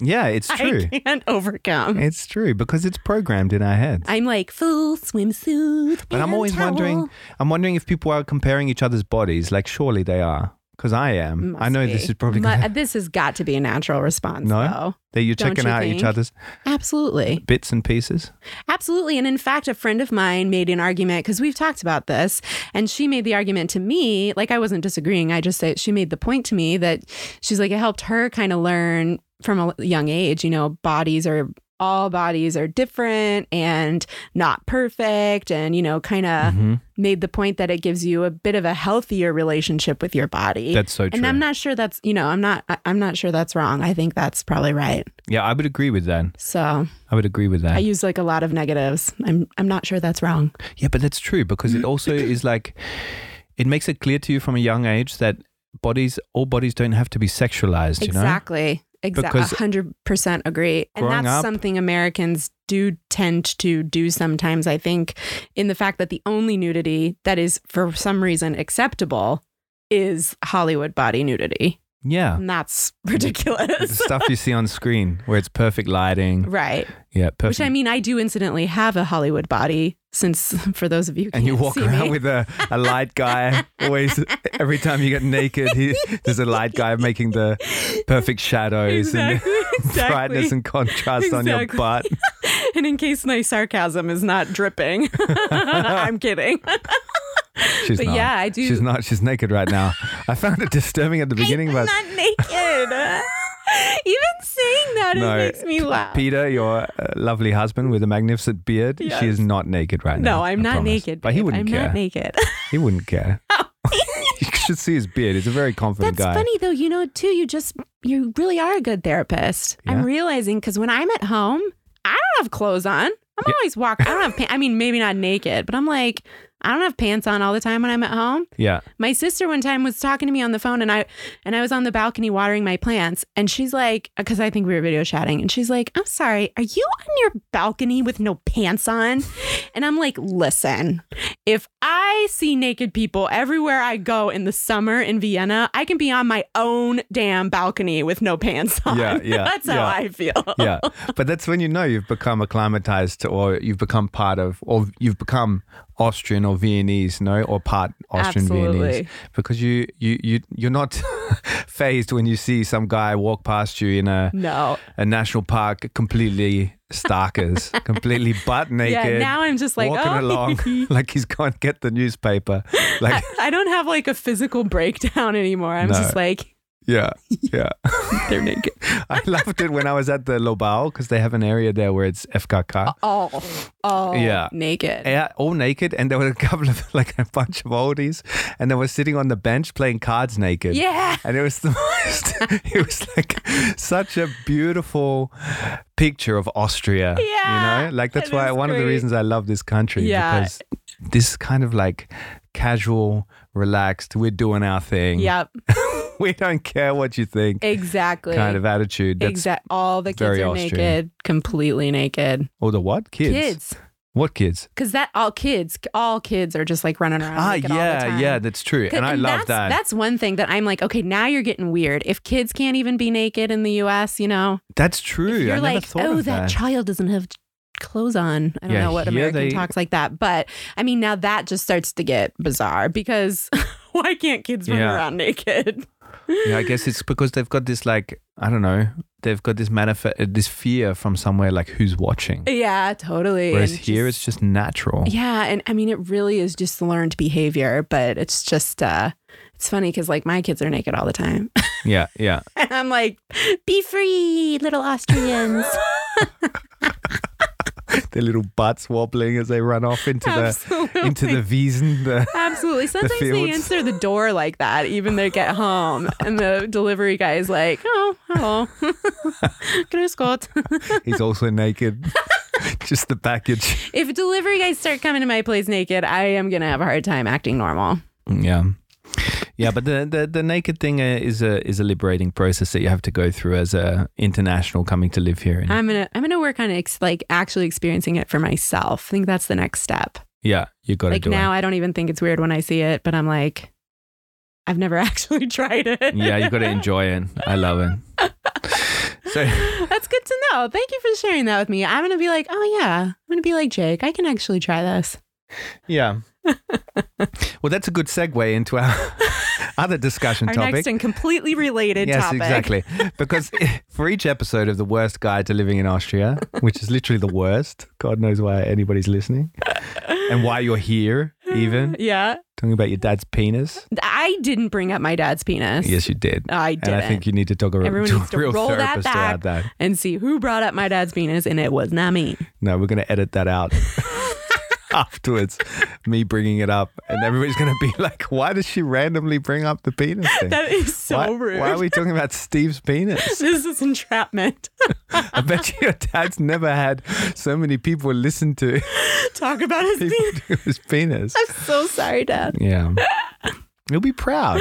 [SPEAKER 2] yeah, it's true.
[SPEAKER 4] I can't overcome.
[SPEAKER 2] It's true because it's programmed in our heads.
[SPEAKER 4] I'm like full swimsuit.
[SPEAKER 2] But I'm
[SPEAKER 4] and
[SPEAKER 2] always
[SPEAKER 4] towel.
[SPEAKER 2] wondering. I'm wondering if people are comparing each other's bodies. Like, surely they are, because I am. I
[SPEAKER 4] Must
[SPEAKER 2] know
[SPEAKER 4] be.
[SPEAKER 2] this is probably
[SPEAKER 4] Mu- this has got to be a natural response.
[SPEAKER 2] No?
[SPEAKER 4] though.
[SPEAKER 2] that you're
[SPEAKER 4] don't
[SPEAKER 2] checking
[SPEAKER 4] you
[SPEAKER 2] out each
[SPEAKER 4] think?
[SPEAKER 2] other's
[SPEAKER 4] absolutely.
[SPEAKER 2] bits and pieces.
[SPEAKER 4] Absolutely. And in fact, a friend of mine made an argument because we've talked about this, and she made the argument to me. Like, I wasn't disagreeing. I just said she made the point to me that she's like, it helped her kind of learn from a young age, you know, bodies are all bodies are different and not perfect. And, you know, kind of
[SPEAKER 2] Mhm.
[SPEAKER 4] made the point that it gives you a bit of a healthier relationship with your body.
[SPEAKER 2] That's so true.
[SPEAKER 4] and I'm not sure that's, you know, I'm not, I- I'm not sure that's wrong. I think that's probably right.
[SPEAKER 2] yeah, I would agree with that.
[SPEAKER 4] So
[SPEAKER 2] I would agree with that.
[SPEAKER 4] I use like a lot of negatives. I'm, I'm not sure that's wrong.
[SPEAKER 2] Yeah, but that's true because it also is like it makes it clear to you from a young age that bodies, all bodies, don't have to be sexualized. You know,
[SPEAKER 4] Exactly. Exactly.
[SPEAKER 2] Because-
[SPEAKER 4] 100% agree. And
[SPEAKER 2] Growing
[SPEAKER 4] that's
[SPEAKER 2] up-
[SPEAKER 4] something Americans do tend to do sometimes, I think, in the fact that the only nudity that is for some reason acceptable is Hollywood body nudity.
[SPEAKER 2] yeah,
[SPEAKER 4] And that's
[SPEAKER 2] the
[SPEAKER 4] ridiculous.
[SPEAKER 2] stuff you see on screen where it's perfect lighting.
[SPEAKER 4] right.
[SPEAKER 2] Yeah, perfect.
[SPEAKER 4] Which I mean, I do incidentally have a Hollywood body since, for those of you who
[SPEAKER 2] and you
[SPEAKER 4] can't
[SPEAKER 2] walk
[SPEAKER 4] see
[SPEAKER 2] around
[SPEAKER 4] me.
[SPEAKER 2] with a, a light guy always every time you get naked he, there's a light guy making the perfect shadows
[SPEAKER 4] exactly,
[SPEAKER 2] and
[SPEAKER 4] exactly.
[SPEAKER 2] brightness and contrast on your
[SPEAKER 4] Exactly.
[SPEAKER 2] butt
[SPEAKER 4] and in case my sarcasm is not dripping, I'm kidding.
[SPEAKER 2] she's
[SPEAKER 4] But
[SPEAKER 2] not
[SPEAKER 4] yeah, I do-
[SPEAKER 2] she's not she's naked right now i found it disturbing at the beginning
[SPEAKER 4] I'm
[SPEAKER 2] but
[SPEAKER 4] not naked. Even saying that
[SPEAKER 2] No,
[SPEAKER 4] it makes me laugh.
[SPEAKER 2] peter your uh, lovely husband with a magnificent beard
[SPEAKER 4] Yes.
[SPEAKER 2] she is not naked right now
[SPEAKER 4] no, I'm
[SPEAKER 2] I
[SPEAKER 4] not
[SPEAKER 2] promise.
[SPEAKER 4] naked.
[SPEAKER 2] but he
[SPEAKER 4] babe.
[SPEAKER 2] wouldn't
[SPEAKER 4] I'm
[SPEAKER 2] care
[SPEAKER 4] not naked.
[SPEAKER 2] he wouldn't care you should see his beard he's a very confident
[SPEAKER 4] That's
[SPEAKER 2] guy
[SPEAKER 4] funny though. You know, too. You just you really are a good therapist. I'm
[SPEAKER 2] Yeah.
[SPEAKER 4] realizing because when I'm at home, I don't have clothes on. I'm always walking. I don't have. Pants. I mean, maybe not naked, but I'm like, I don't have pants on all the time when I'm at home.
[SPEAKER 2] yeah
[SPEAKER 4] My sister one time was talking to me on the phone and I and I was on the balcony watering my plants and she's like cuz I think we were video chatting and she's like, "I'm sorry, are you on your balcony with no pants on?" And I'm like, "Listen, if I see naked people everywhere I go in the summer in Vienna, I can be on my own damn balcony with no pants on."
[SPEAKER 2] Yeah, yeah,
[SPEAKER 4] That's how
[SPEAKER 2] yeah.
[SPEAKER 4] I feel.
[SPEAKER 2] yeah but that's when you know you've become acclimatized to- or you've become part of or you've become austrian or viennese no or part austrian viennese
[SPEAKER 4] Absolutely.
[SPEAKER 2] because you you, you you're not phased when you see some guy walk past you in a
[SPEAKER 4] No.
[SPEAKER 2] a national park completely starkers completely butt naked
[SPEAKER 4] yeah, now I'm just like,
[SPEAKER 2] walking
[SPEAKER 4] "Oh,
[SPEAKER 2] along like he's going to get the newspaper like
[SPEAKER 4] I don't have like a physical breakdown anymore. I'm
[SPEAKER 2] No.
[SPEAKER 4] just like
[SPEAKER 2] yeah yeah
[SPEAKER 4] they're naked.
[SPEAKER 2] i loved it when i was at the lobau because they have an area there where it's fkk
[SPEAKER 4] all, all
[SPEAKER 2] Yeah.
[SPEAKER 4] naked.
[SPEAKER 2] Yeah, all naked, and there were a couple of like a bunch of oldies, and they were sitting on the bench playing cards naked.
[SPEAKER 4] yeah.
[SPEAKER 2] and it was the most. it was like such a beautiful picture of Austria.
[SPEAKER 4] Yeah,
[SPEAKER 2] you know, like that's
[SPEAKER 4] that
[SPEAKER 2] why
[SPEAKER 4] is
[SPEAKER 2] one of the
[SPEAKER 4] great.
[SPEAKER 2] reasons I love this country.
[SPEAKER 4] Yeah.
[SPEAKER 2] because this kind of like casual, relaxed. We're doing our thing.
[SPEAKER 4] Yep.
[SPEAKER 2] we don't care what you think
[SPEAKER 4] Exactly.
[SPEAKER 2] kind of attitude. That's
[SPEAKER 4] Exact. All the kids
[SPEAKER 2] very
[SPEAKER 4] are
[SPEAKER 2] Austrian.
[SPEAKER 4] naked, completely naked.
[SPEAKER 2] all the what? Kids.
[SPEAKER 4] Kids,
[SPEAKER 2] What kids?
[SPEAKER 4] because that all kids, all kids are just like running around.
[SPEAKER 2] Ah,
[SPEAKER 4] naked all the
[SPEAKER 2] yeah,
[SPEAKER 4] time.
[SPEAKER 2] yeah, that's true. And I
[SPEAKER 4] that's,
[SPEAKER 2] love that.
[SPEAKER 4] That's one thing that I'm like, okay, now you're getting weird. If kids can't even be naked in the U.S., you know,
[SPEAKER 2] That's
[SPEAKER 4] if
[SPEAKER 2] true.
[SPEAKER 4] you're
[SPEAKER 2] I never
[SPEAKER 4] like,
[SPEAKER 2] thought
[SPEAKER 4] oh,
[SPEAKER 2] of that.
[SPEAKER 4] child doesn't have clothes on. I don't
[SPEAKER 2] Yeah,
[SPEAKER 4] know what
[SPEAKER 2] here
[SPEAKER 4] American
[SPEAKER 2] they-
[SPEAKER 4] talks like that, but I mean, now that just starts to get bizarre because why can't kids run
[SPEAKER 2] Yeah.
[SPEAKER 4] around naked?
[SPEAKER 2] yeah, I guess it's because they've got this like I don't know. They've got this manifest uh, this fear from somewhere like who's watching.
[SPEAKER 4] yeah, totally.
[SPEAKER 2] Whereas
[SPEAKER 4] And
[SPEAKER 2] here
[SPEAKER 4] just-
[SPEAKER 2] it's just natural.
[SPEAKER 4] Yeah, and I mean it really is just learned behavior, but it's just uh it's funny cuz like my kids are naked all the time.
[SPEAKER 2] Yeah, yeah.
[SPEAKER 4] and I'm like, "Be free, little Austrians."
[SPEAKER 2] Their little butts wobbling as they run off into the
[SPEAKER 4] Absolutely.
[SPEAKER 2] into the Wiesen. The,
[SPEAKER 4] Absolutely. Sometimes they
[SPEAKER 2] fields.
[SPEAKER 4] answer the door like that, even they get home, and the delivery guy is like, "Oh, hello, grüß Gott."
[SPEAKER 2] he's also naked. just the package.
[SPEAKER 4] if delivery guys start coming to my place naked, I am gonna have a hard time acting normal.
[SPEAKER 2] Yeah. Yeah, but the, the, the naked thing uh, is a is a liberating process that you have to go through as a international coming to live here. And,
[SPEAKER 4] I'm gonna I'm gonna work on ex- like actually experiencing it for myself. I think that's the next step.
[SPEAKER 2] yeah, you got to
[SPEAKER 4] like
[SPEAKER 2] do
[SPEAKER 4] now I don't even think it's weird when I see it, but I'm like, I've never actually tried it.
[SPEAKER 2] it. Yeah, you got to enjoy it. I love it. So
[SPEAKER 4] That's good to know. Thank you for sharing that with me. I'm gonna be like, oh yeah, I'm gonna be like Jake. I can actually try this.
[SPEAKER 2] Yeah. well, that's a good segue into our other discussion
[SPEAKER 4] Our
[SPEAKER 2] topic.
[SPEAKER 4] next and completely related
[SPEAKER 2] yes,
[SPEAKER 4] topic.
[SPEAKER 2] exactly. Because for each episode of The Worst Guide to Living in Austria, which is literally the worst, God knows why anybody's listening and why you're here, even
[SPEAKER 4] Yeah,
[SPEAKER 2] talking about your dad's penis.
[SPEAKER 4] I didn't bring up my dad's penis.
[SPEAKER 2] Yes, you did.
[SPEAKER 4] I
[SPEAKER 2] and
[SPEAKER 4] didn't.
[SPEAKER 2] I think you need to talk to a
[SPEAKER 4] Oh, Everyone
[SPEAKER 2] real
[SPEAKER 4] needs to roll that
[SPEAKER 2] therapist about that.
[SPEAKER 4] and see who brought up my dad's penis, and it was not me.
[SPEAKER 2] No, we're going to edit that out afterwards. Me bringing it up, and everybody's going to be like, why does she randomly bring up the penis thing?
[SPEAKER 4] That is so
[SPEAKER 2] why,
[SPEAKER 4] rude.
[SPEAKER 2] why are we talking about Steve's penis?
[SPEAKER 4] this is entrapment.
[SPEAKER 2] I bet you your dad's never had so many people listen to
[SPEAKER 4] Talk about his penis.
[SPEAKER 2] his penis.
[SPEAKER 4] I'm so sorry, Dad.
[SPEAKER 2] Yeah. He'll be proud.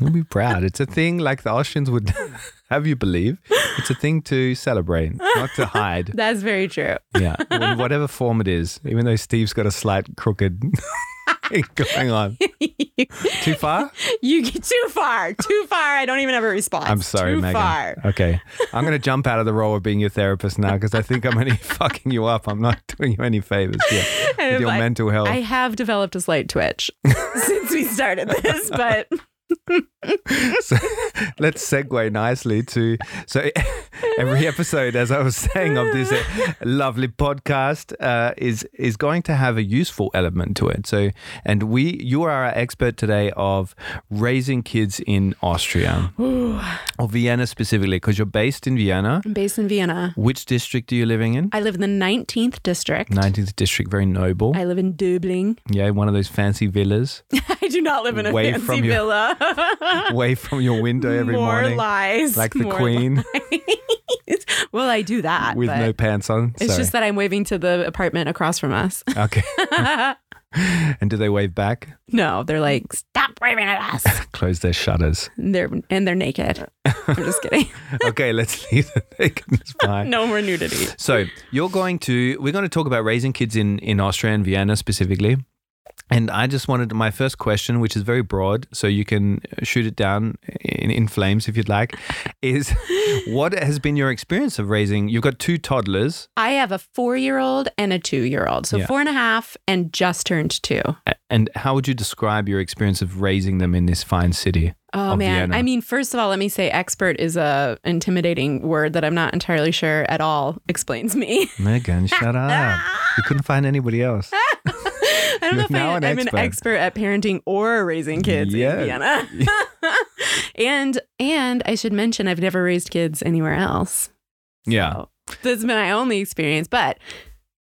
[SPEAKER 2] He'll be proud. It's a thing like the Austrians would have you believe. It's a thing to celebrate, not to hide.
[SPEAKER 4] That's very true.
[SPEAKER 2] Yeah. In whatever form it is, even though Steve's got a slight crooked thing going on. Too far?
[SPEAKER 4] You get too far, too far. I don't even have a response.
[SPEAKER 2] I'm sorry,
[SPEAKER 4] too
[SPEAKER 2] Megan. Uh,
[SPEAKER 4] far.
[SPEAKER 2] Okay. I'm going to jump out of the role of being your therapist now because I think I'm only fucking you up. I'm not doing you any favors here with your
[SPEAKER 4] I-
[SPEAKER 2] mental health.
[SPEAKER 4] I have developed a slight twitch since we started this, but
[SPEAKER 2] So let's segue nicely to so every episode, as I was saying, of this uh, lovely podcast uh, is is going to have a useful element to it. So, and we, you are our expert today of raising kids in Austria or Vienna specifically, because you're based in Vienna.
[SPEAKER 4] I'm based in Vienna.
[SPEAKER 2] Which district are you living in?
[SPEAKER 4] I live in the 19th district.
[SPEAKER 2] 19th district, very noble.
[SPEAKER 4] I live in Dublin.
[SPEAKER 2] Yeah, one of those fancy villas
[SPEAKER 4] I do not live in a
[SPEAKER 2] Away
[SPEAKER 4] fancy
[SPEAKER 2] from your-
[SPEAKER 4] villa.
[SPEAKER 2] away from your window every
[SPEAKER 4] More
[SPEAKER 2] morning,
[SPEAKER 4] lies.
[SPEAKER 2] like the
[SPEAKER 4] More
[SPEAKER 2] queen
[SPEAKER 4] lies. well, I do that.
[SPEAKER 2] with
[SPEAKER 4] but
[SPEAKER 2] no pants on.
[SPEAKER 4] it's
[SPEAKER 2] Sorry.
[SPEAKER 4] just that I'm waving to the apartment across from us.
[SPEAKER 2] Okay. and do they wave back?
[SPEAKER 4] no, they're like, stop waving at us.
[SPEAKER 2] Close their shutters.
[SPEAKER 4] And they're and they're naked. I'm just kidding.
[SPEAKER 2] Okay, let's leave the nakedness behind.
[SPEAKER 4] no more nudity.
[SPEAKER 2] So you're going to we're going to talk about raising kids in in Austria and Vienna specifically. And I just wanted my first question, which is very broad, so you can uh, shoot it down in, in flames if you'd like, is what has been your experience of raising? You've got two toddlers,
[SPEAKER 4] I have a four year old and a two year old. So
[SPEAKER 2] Yeah.
[SPEAKER 4] four and a half and just turned two.
[SPEAKER 2] a- and how would you describe your experience of raising them in this fine city?
[SPEAKER 4] Oh
[SPEAKER 2] Of
[SPEAKER 4] man.
[SPEAKER 2] Vienna.
[SPEAKER 4] I mean, first of all, let me say expert is a intimidating word that I'm not entirely sure at all explains me.
[SPEAKER 2] Megan, shut up! You couldn't find anybody else.
[SPEAKER 4] I don't know
[SPEAKER 2] You're
[SPEAKER 4] if
[SPEAKER 2] now
[SPEAKER 4] I,
[SPEAKER 2] an
[SPEAKER 4] I'm
[SPEAKER 2] expert.
[SPEAKER 4] an expert at parenting or raising kids
[SPEAKER 2] Yes.
[SPEAKER 4] in Vienna. and and I should mention I've never raised kids anywhere else.
[SPEAKER 2] Yeah.
[SPEAKER 4] That's been my only experience. But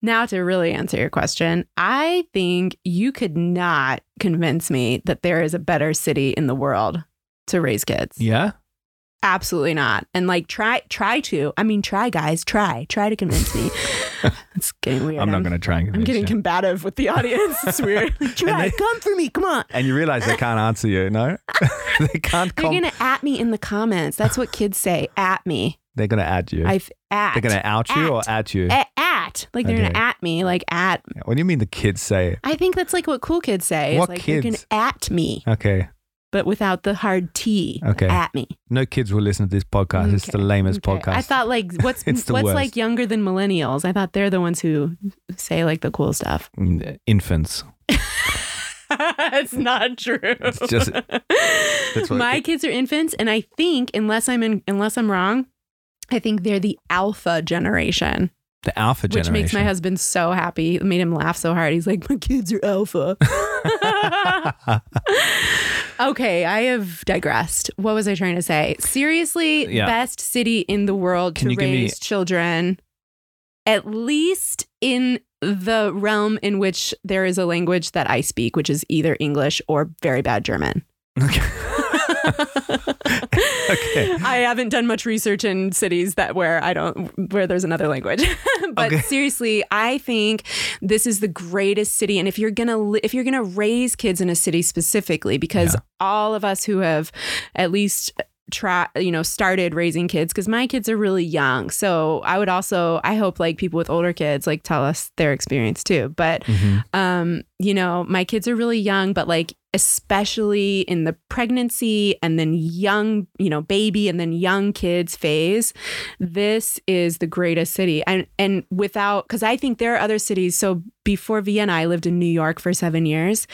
[SPEAKER 4] now to really answer your question, I think you could not convince me that there is a better city in the world to raise kids.
[SPEAKER 2] Yeah.
[SPEAKER 4] Absolutely not. And like try try to. I mean try guys, try. Try to convince me. it's getting weird.
[SPEAKER 2] I'm not going to try and
[SPEAKER 4] I'm
[SPEAKER 2] convince
[SPEAKER 4] getting
[SPEAKER 2] you.
[SPEAKER 4] combative with the audience. It's weird. Like, try,
[SPEAKER 2] they-
[SPEAKER 4] come for me. Come on.
[SPEAKER 2] and you realize they can't answer you, no? they can't
[SPEAKER 4] They're
[SPEAKER 2] com-
[SPEAKER 4] gonna at me in the comments. That's what kids say. At me.
[SPEAKER 2] They're going to add you.
[SPEAKER 4] I've at.
[SPEAKER 2] they're going to out you or
[SPEAKER 4] at.
[SPEAKER 2] at you.
[SPEAKER 4] A- at. Like they're
[SPEAKER 2] Okay.
[SPEAKER 4] gonna at me. Like at.
[SPEAKER 2] What do you mean the kids say it?
[SPEAKER 4] I think that's like what cool kids say.
[SPEAKER 2] What
[SPEAKER 4] it's like you're
[SPEAKER 2] kids?
[SPEAKER 4] gonna at me,
[SPEAKER 2] Okay.
[SPEAKER 4] but without the hard T.
[SPEAKER 2] Okay.
[SPEAKER 4] At me.
[SPEAKER 2] No kids will listen to this podcast. It's the
[SPEAKER 4] Okay.
[SPEAKER 2] lamest
[SPEAKER 4] Okay.
[SPEAKER 2] podcast.
[SPEAKER 4] I thought like what's
[SPEAKER 2] It's the
[SPEAKER 4] what's
[SPEAKER 2] worst.
[SPEAKER 4] like younger than millennials. I thought they're the ones who say like the cool stuff.
[SPEAKER 2] Mm, Infants.
[SPEAKER 4] it's not true.
[SPEAKER 2] It's just- that's what-
[SPEAKER 4] my kids are infants, and I think unless I'm in, unless I'm wrong, I think they're the alpha generation,
[SPEAKER 2] The alpha
[SPEAKER 4] which
[SPEAKER 2] generation.
[SPEAKER 4] makes my husband so happy. It made him laugh so hard. He's like, my kids are alpha. okay, I have digressed. What was I trying to say? Seriously,
[SPEAKER 2] Yeah.
[SPEAKER 4] best city in the world
[SPEAKER 2] Can you
[SPEAKER 4] to
[SPEAKER 2] give me-
[SPEAKER 4] raise children, at least in the realm in which there is a language that I speak, which is either English or very bad German.
[SPEAKER 2] Okay.
[SPEAKER 4] I haven't done much research in cities that where I don't where there's another language. but
[SPEAKER 2] Okay.
[SPEAKER 4] seriously, I think this is the greatest city and if you're going to li- if you're going to raise kids in a city specifically because
[SPEAKER 2] Yeah.
[SPEAKER 4] all of us who have at least try you know started raising kids because my kids are really young so i would also i hope like people with older kids like tell us their experience too but
[SPEAKER 2] Mhm.
[SPEAKER 4] um, you know, my kids are really young, but like especially in the pregnancy and then young, you know, baby and then young kids phase, this is the greatest city. And and without cuz I think there are other cities so before Vienna I lived in New York for 7 years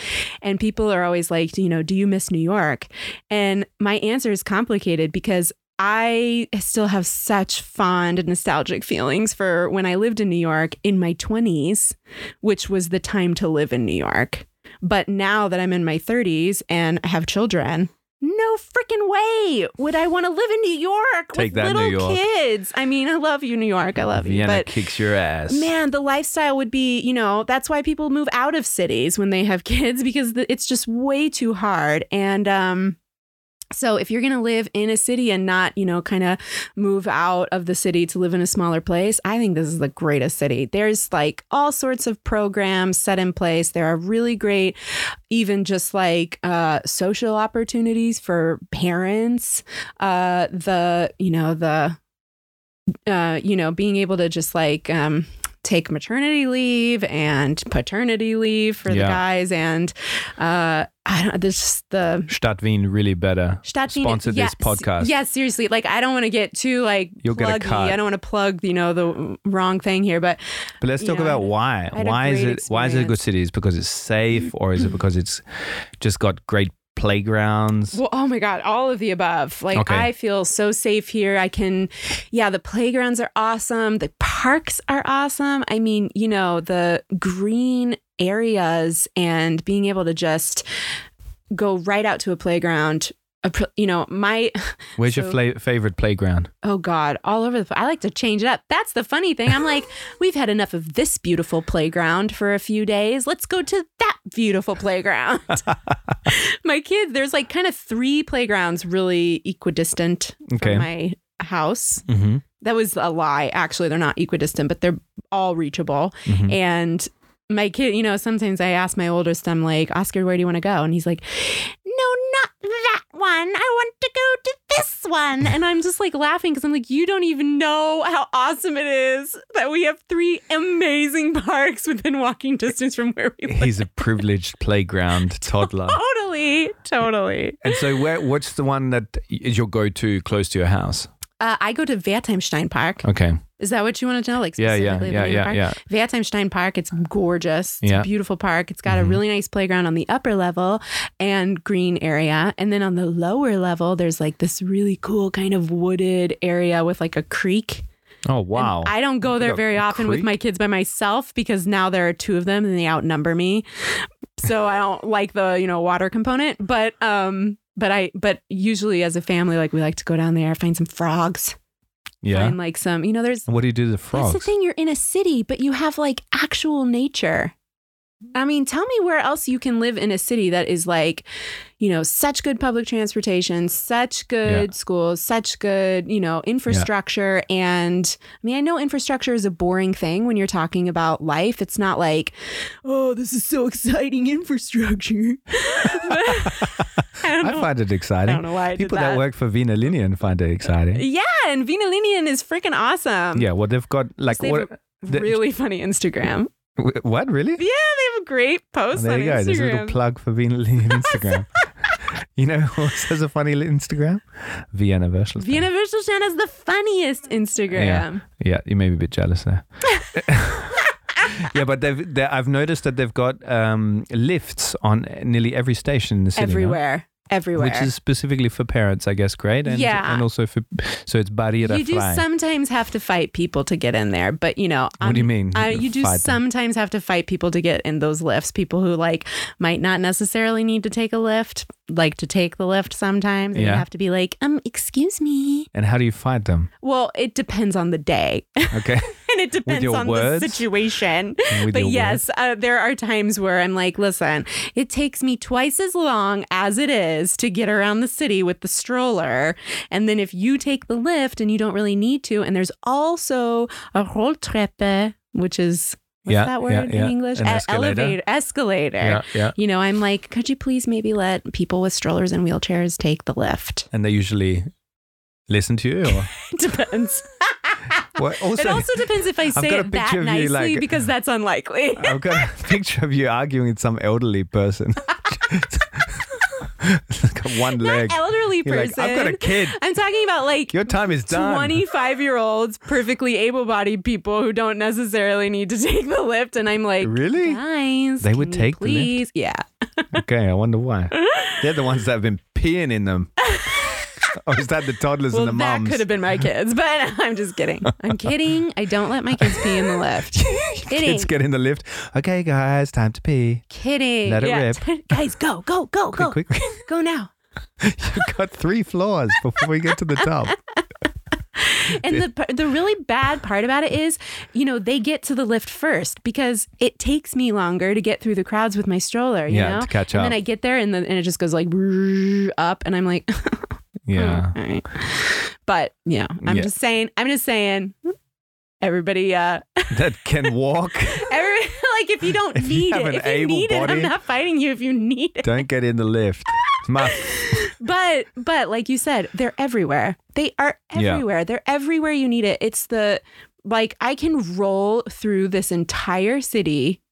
[SPEAKER 4] and people are always like, you know, do you miss New York? And my answer is complicated because I still have such fond nostalgic feelings for when I lived in New York in my 20s which was the time to live in New York. But now that I'm in my 30s and I have children, no freaking way would I want to live in New York
[SPEAKER 2] Take
[SPEAKER 4] with
[SPEAKER 2] that,
[SPEAKER 4] little
[SPEAKER 2] New York.
[SPEAKER 4] kids. I mean, I love you, New York. I love you.
[SPEAKER 2] Vienna
[SPEAKER 4] But
[SPEAKER 2] kicks your ass.
[SPEAKER 4] man, the lifestyle would be, you know, that's why people move out of cities when they have kids because the, it's just way too hard. And, um, so if you're going to live in a city and not, you know, kind of move out of the city to live in a smaller place, I think this is the greatest city. There's like all sorts of programs set in place. There are really great even just like uh, social opportunities for parents, uh, the you know the uh, you know being able to just like um, take maternity leave and paternity leave for the
[SPEAKER 2] Yeah.
[SPEAKER 4] guys, and uh, I don't this just the.
[SPEAKER 2] Stadt Wien really better.
[SPEAKER 4] Stadt Wien-
[SPEAKER 2] Sponsor
[SPEAKER 4] yeah,
[SPEAKER 2] this podcast.
[SPEAKER 4] Yeah, seriously. Like, I don't want to get too like
[SPEAKER 2] You'll get a
[SPEAKER 4] pluggy.
[SPEAKER 2] cut.
[SPEAKER 4] I don't want to plug, you know, the wrong thing here. But
[SPEAKER 2] But let's
[SPEAKER 4] you
[SPEAKER 2] talk
[SPEAKER 4] know, I
[SPEAKER 2] about
[SPEAKER 4] had a-
[SPEAKER 2] why.
[SPEAKER 4] I had a
[SPEAKER 2] Why is it?
[SPEAKER 4] great
[SPEAKER 2] Why is it a good
[SPEAKER 4] experience.
[SPEAKER 2] city? Is it because it's safe, or is it because it's just got great playgrounds?
[SPEAKER 4] Well, oh my God, all of the above. Like,
[SPEAKER 2] Okay.
[SPEAKER 4] I feel so safe here. I can, yeah, the playgrounds are awesome. The parks are awesome. I mean, you know, the green areas and being able to just go right out to a playground. A pl- You know, my,
[SPEAKER 2] Where's your
[SPEAKER 4] so-
[SPEAKER 2] fla- favorite playground?
[SPEAKER 4] oh God, all over the, pl- I like to change it up. That's the funny thing. I'm like, we've had enough of this beautiful playground for a few days. Let's go to that beautiful playground. my kids, there's like kind of three playgrounds really equidistant
[SPEAKER 2] Okay.
[SPEAKER 4] from my house.
[SPEAKER 2] Mm-hmm.
[SPEAKER 4] That was a lie. Actually, they're not equidistant, but they're all reachable.
[SPEAKER 2] Mhm.
[SPEAKER 4] And my kid, you know, sometimes I ask my oldest, I'm like, Oscar, where do you want to go? And he's like, No, not that one. I want to go to this one. And I'm just like laughing because I'm like, You don't even know how awesome it is that we have three amazing parks within walking distance from where we live.
[SPEAKER 2] He's a privileged playground toddler.
[SPEAKER 4] Totally, totally.
[SPEAKER 2] And so, where, what's the one that is your go-to close to your house?
[SPEAKER 4] Uh, I go to Wertheimstein Park.
[SPEAKER 2] Okay.
[SPEAKER 4] Is that what you want to know? Like
[SPEAKER 2] Yeah,
[SPEAKER 4] specifically
[SPEAKER 2] yeah,
[SPEAKER 4] about
[SPEAKER 2] yeah,
[SPEAKER 4] Neiman
[SPEAKER 2] yeah,
[SPEAKER 4] Park?
[SPEAKER 2] yeah.
[SPEAKER 4] Wertheimstein Park. It's gorgeous. It's
[SPEAKER 2] Yeah.
[SPEAKER 4] a beautiful park. It's got
[SPEAKER 2] Mhm.
[SPEAKER 4] a really nice playground on the upper level and green area. And then on the lower level, there's like this really cool kind of wooded area with like a creek.
[SPEAKER 2] Oh
[SPEAKER 4] And
[SPEAKER 2] wow.
[SPEAKER 4] I don't go there
[SPEAKER 2] a
[SPEAKER 4] very often with
[SPEAKER 2] creek?
[SPEAKER 4] my kids by myself because now there are two of them and they outnumber me. So I don't like the, you know, water component. But um but I but usually as a family, like we like to go down there, find some frogs.
[SPEAKER 2] yeah.
[SPEAKER 4] Find like some you know, there's
[SPEAKER 2] And what do you do to the
[SPEAKER 4] that's
[SPEAKER 2] frogs?
[SPEAKER 4] the thing. You're in a city, but you have like actual nature. I mean, tell me where else you can live in a city that is like, you know, such good public transportation, such good schools, such good, you know, infrastructure. And I mean, I know infrastructure is a boring thing when you're talking about life. It's not like, oh, this is so exciting infrastructure. I don't
[SPEAKER 2] I
[SPEAKER 4] know.
[SPEAKER 2] find it exciting.
[SPEAKER 4] know why I did
[SPEAKER 2] People that
[SPEAKER 4] that.
[SPEAKER 2] work for Vina Linian find it exciting.
[SPEAKER 4] yeah, and Vinalinian is freaking awesome.
[SPEAKER 2] Yeah, well, they've got like
[SPEAKER 4] They have
[SPEAKER 2] what? the-
[SPEAKER 4] really funny Instagram.
[SPEAKER 2] wh- What really?
[SPEAKER 4] Yeah, they have great posts
[SPEAKER 2] there
[SPEAKER 4] on
[SPEAKER 2] you go. There's a little
[SPEAKER 4] Instagram.
[SPEAKER 2] plug for Vina Linian Instagram. you know who else has a funny li- Instagram? Vienna Virtual.
[SPEAKER 4] Vienna Virtual is the funniest Instagram.
[SPEAKER 2] Yeah. Yeah, you may be a bit jealous there. yeah, but they've, they I've noticed that they've got um, lifts on nearly every station in the city. now,
[SPEAKER 4] Everywhere. Everywhere.
[SPEAKER 2] Which is specifically for parents, I guess, great. And,
[SPEAKER 4] Yeah.
[SPEAKER 2] and also for, so it's barriera
[SPEAKER 4] you do
[SPEAKER 2] frei.
[SPEAKER 4] sometimes have to fight people to get in there, but you know,
[SPEAKER 2] What do you mean,
[SPEAKER 4] Uh, you do
[SPEAKER 2] fight them?
[SPEAKER 4] sometimes have to fight people to get in those lifts. People who like might not necessarily need to take a lift, like to take the lift sometimes, and
[SPEAKER 2] Yeah.
[SPEAKER 4] you have to be like, um, excuse me.
[SPEAKER 2] and how do you fight them?
[SPEAKER 4] Well, it depends on the day, and
[SPEAKER 2] Okay.
[SPEAKER 4] it depends
[SPEAKER 2] your
[SPEAKER 4] on
[SPEAKER 2] words?
[SPEAKER 4] the situation.
[SPEAKER 2] With
[SPEAKER 4] But
[SPEAKER 2] your
[SPEAKER 4] yes, uh, there are times where I'm like, listen, it takes me twice as long as it is to get around the city with the stroller. And then if you take the lift and you don't really need to, and there's also a Rolltreppe, which is, what's
[SPEAKER 2] Yeah,
[SPEAKER 4] that word
[SPEAKER 2] yeah, yeah.
[SPEAKER 4] in English?
[SPEAKER 2] An
[SPEAKER 4] E-
[SPEAKER 2] escalator.
[SPEAKER 4] Elevator, escalator.
[SPEAKER 2] Yeah, yeah.
[SPEAKER 4] You know, I'm like, could you please maybe let people with strollers and wheelchairs take the lift?
[SPEAKER 2] And they usually listen to you? Or,
[SPEAKER 4] depends.
[SPEAKER 2] well, also,
[SPEAKER 4] it also depends if I
[SPEAKER 2] I've
[SPEAKER 4] say
[SPEAKER 2] got a
[SPEAKER 4] it that
[SPEAKER 2] picture of you,
[SPEAKER 4] nicely
[SPEAKER 2] like-
[SPEAKER 4] because that's unlikely.
[SPEAKER 2] I've got a picture of you arguing with some elderly person. Got One leg.
[SPEAKER 4] Not elderly
[SPEAKER 2] You're like,
[SPEAKER 4] person.
[SPEAKER 2] I've got a kid.
[SPEAKER 4] I'm talking about like
[SPEAKER 2] Your time is done.
[SPEAKER 4] 25 year olds, perfectly able bodied people who don't necessarily need to take the lift. And I'm like,
[SPEAKER 2] Really?
[SPEAKER 4] Guys,
[SPEAKER 2] They would
[SPEAKER 4] can you
[SPEAKER 2] take the lift?
[SPEAKER 4] please? the lift. Yeah.
[SPEAKER 2] Okay, I wonder why. They're the ones that have been peeing in them. or is that the toddlers
[SPEAKER 4] Well,
[SPEAKER 2] and the
[SPEAKER 4] that
[SPEAKER 2] mums?
[SPEAKER 4] could have been my kids, but I'm just kidding. I'm kidding. I don't let my kids pee in the lift. kidding.
[SPEAKER 2] Kids get in the lift. Okay, guys, time to pee.
[SPEAKER 4] kidding.
[SPEAKER 2] Let it
[SPEAKER 4] rip. guys, go, go, go, go.
[SPEAKER 2] Quick, quick.
[SPEAKER 4] Go now.
[SPEAKER 2] You've got three floors before we get to the top.
[SPEAKER 4] And the the really bad part about it is, you know, they get to the lift first because it takes me longer to get through the crowds with my stroller. You
[SPEAKER 2] Yeah,
[SPEAKER 4] know?
[SPEAKER 2] to catch
[SPEAKER 4] and
[SPEAKER 2] up.
[SPEAKER 4] then I get there, and then and it just goes like brrrr up, and I'm like,
[SPEAKER 2] Yeah.
[SPEAKER 4] all right. But yeah, I'm
[SPEAKER 2] Yeah.
[SPEAKER 4] just saying. I'm just saying. Everybody, uh,
[SPEAKER 2] that can walk.
[SPEAKER 4] every like if you don't
[SPEAKER 2] If you
[SPEAKER 4] need
[SPEAKER 2] have an
[SPEAKER 4] it, if you
[SPEAKER 2] able
[SPEAKER 4] need it,
[SPEAKER 2] body-
[SPEAKER 4] I'm not fighting you if you need it.
[SPEAKER 2] Don't get in the lift. It's My,
[SPEAKER 4] But but like you said, they're everywhere. They are
[SPEAKER 2] Yeah.
[SPEAKER 4] everywhere. They're everywhere you need it. It's the like I can roll through this entire city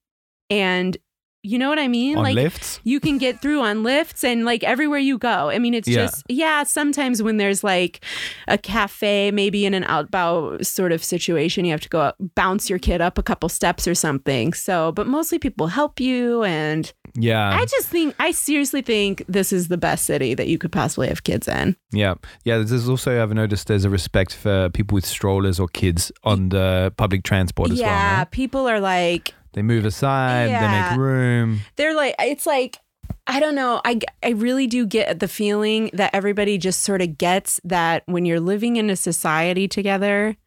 [SPEAKER 4] and you know what I mean?
[SPEAKER 2] on
[SPEAKER 4] like
[SPEAKER 2] lifts.
[SPEAKER 4] you can get through on lifts and like everywhere you go. I mean, it's
[SPEAKER 2] Yeah.
[SPEAKER 4] just yeah, sometimes when there's like a cafe maybe in an outbow sort of situation, you have to go out, bounce your kid up a couple steps or something. So, but mostly people help you and
[SPEAKER 2] Yeah.
[SPEAKER 4] I just think I seriously think this is the best city that you could possibly have kids in.
[SPEAKER 2] Yeah, yeah. There's also I've noticed there's a respect for people with strollers or kids on the public transport as
[SPEAKER 4] yeah,
[SPEAKER 2] well. right?
[SPEAKER 4] people are like
[SPEAKER 2] They move aside. They
[SPEAKER 4] Yeah.
[SPEAKER 2] make room.
[SPEAKER 4] they're like it's like I don't know. I I really do get the feeling that everybody just sort of gets that when you're living in a society together,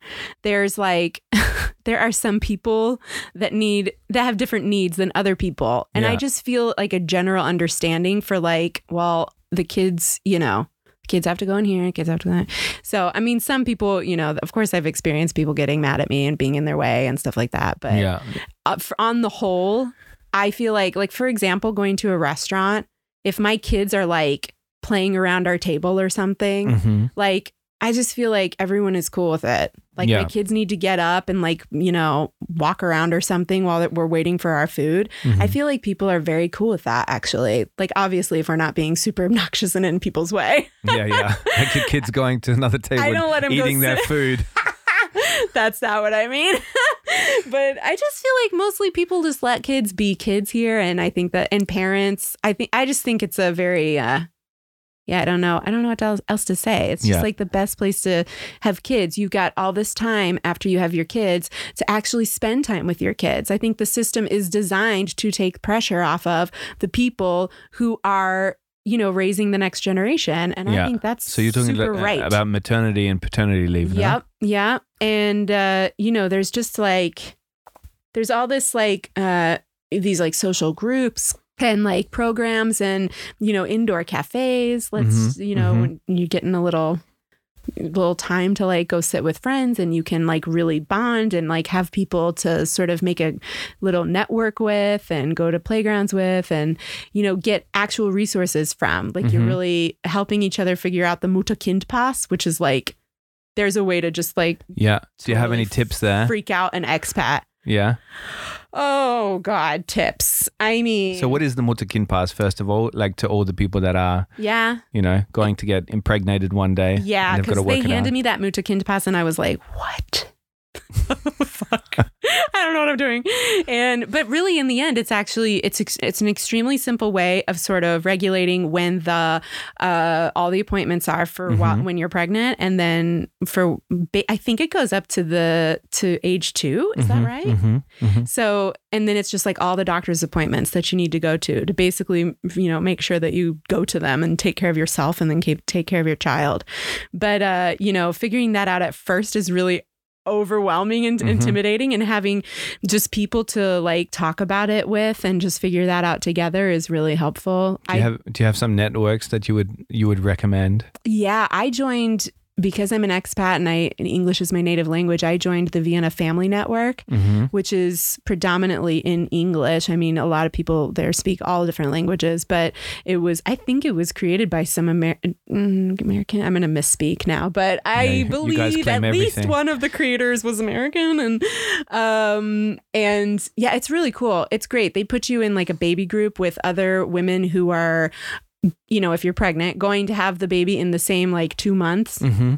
[SPEAKER 4] there's like there are some people that need that have different needs than other people. And
[SPEAKER 2] Yeah.
[SPEAKER 4] I just feel like a general understanding for like, well, the kids, you know, kids have to go in here, kids have to go in. So, I mean, some people, you know, of course I've experienced people getting mad at me and being in their way and stuff like that, but
[SPEAKER 2] Yeah,
[SPEAKER 4] uh, for, on the whole, I feel like like for example, going to a restaurant, if my kids are like playing around our table or something,
[SPEAKER 2] hmm
[SPEAKER 4] like I just feel like everyone is cool with it. Like
[SPEAKER 2] Yeah.
[SPEAKER 4] my kids need to get up and like, you know, walk around or something while that we're waiting for our food. I feel like people are very cool with that actually. Like obviously if we're not being super obnoxious and in people's way.
[SPEAKER 2] yeah, yeah. Like your kids going to another table,
[SPEAKER 4] I
[SPEAKER 2] and
[SPEAKER 4] don't let 'em go
[SPEAKER 2] eating their
[SPEAKER 4] sit-
[SPEAKER 2] food.
[SPEAKER 4] That's not what I mean. but I just feel like mostly people just let kids be kids here and I think that and parents, I think I just think it's a very uh yeah, I don't know. I don't know what else, else to say. It's just
[SPEAKER 2] Yeah.
[SPEAKER 4] like the best place to have kids. You've got all this time after you have your kids to actually spend time with your kids. I think the system is designed to take pressure off of the people who are, you know, raising the next generation. And
[SPEAKER 2] Yeah.
[SPEAKER 4] I think that's
[SPEAKER 2] So you're talking
[SPEAKER 4] super
[SPEAKER 2] about, uh,
[SPEAKER 4] right.
[SPEAKER 2] about maternity and paternity leave. no?
[SPEAKER 4] Yep. Yeah. And uh, you know, there's just like there's all this like uh these like social groups and like programs and you know indoor cafes. Let's
[SPEAKER 2] Mhm,
[SPEAKER 4] you know
[SPEAKER 2] mhm.
[SPEAKER 4] when you get in a little little time to like go sit with friends and you can like really bond and like have people to sort of make a little network with and go to playgrounds with and you know get actual resources from like you're
[SPEAKER 2] Mhm.
[SPEAKER 4] really helping each other figure out the mutakind pass which is like there's a way to just like
[SPEAKER 2] Yeah. Do you have
[SPEAKER 4] Totally
[SPEAKER 2] any tips there?
[SPEAKER 4] freak out an expat
[SPEAKER 2] Yeah.
[SPEAKER 4] oh god tips i mean
[SPEAKER 2] So, what is the Mutakin Pass, first of all, like to all the people that are,
[SPEAKER 4] yeah
[SPEAKER 2] you know, going to get impregnated one day?
[SPEAKER 4] Yeah,
[SPEAKER 2] and they've got to
[SPEAKER 4] because they
[SPEAKER 2] work it out?
[SPEAKER 4] handed me that Mutakind pass, and I was like, "What? Fuck! I don't know what I'm doing." And but really, in the end, it's actually it's ex- it's an extremely simple way of sort of regulating when the uh, all the appointments are for wha-
[SPEAKER 2] Mhm.
[SPEAKER 4] when you're pregnant, and then for ba- I think it goes up to the to age two. Is
[SPEAKER 2] Mhm,
[SPEAKER 4] that right?
[SPEAKER 2] mhm, mhm.
[SPEAKER 4] So, and then it's just like all the doctor's appointments that you need to go to to basically, you know, make sure that you go to them and take care of yourself and then keep, take care of your child. But, uh, you know, figuring that out at first is really overwhelming and
[SPEAKER 2] Mhm.
[SPEAKER 4] intimidating. And having just people to like talk about it with and just figure that out together is really helpful.
[SPEAKER 2] Do you
[SPEAKER 4] I,
[SPEAKER 2] have Do you have some networks that you would you would recommend?
[SPEAKER 4] yeah, I joined because I'm an expat and I and English is my native language. I joined the Vienna Family Network
[SPEAKER 2] Mm-hmm.
[SPEAKER 4] which is predominantly in English. I mean, a lot of people there speak all different languages, but it was, I think it was created by some Amer- mm, American. I'm going to misspeak now, but I
[SPEAKER 2] Yeah, you- you guys
[SPEAKER 4] believe at
[SPEAKER 2] claim
[SPEAKER 4] least
[SPEAKER 2] everything.
[SPEAKER 4] one of the creators was American. And, um, and yeah, it's really cool. It's great. They put you in like a baby group with other women who are, you know, if you're pregnant, going to have the baby in the same like two months
[SPEAKER 2] Mm-hmm.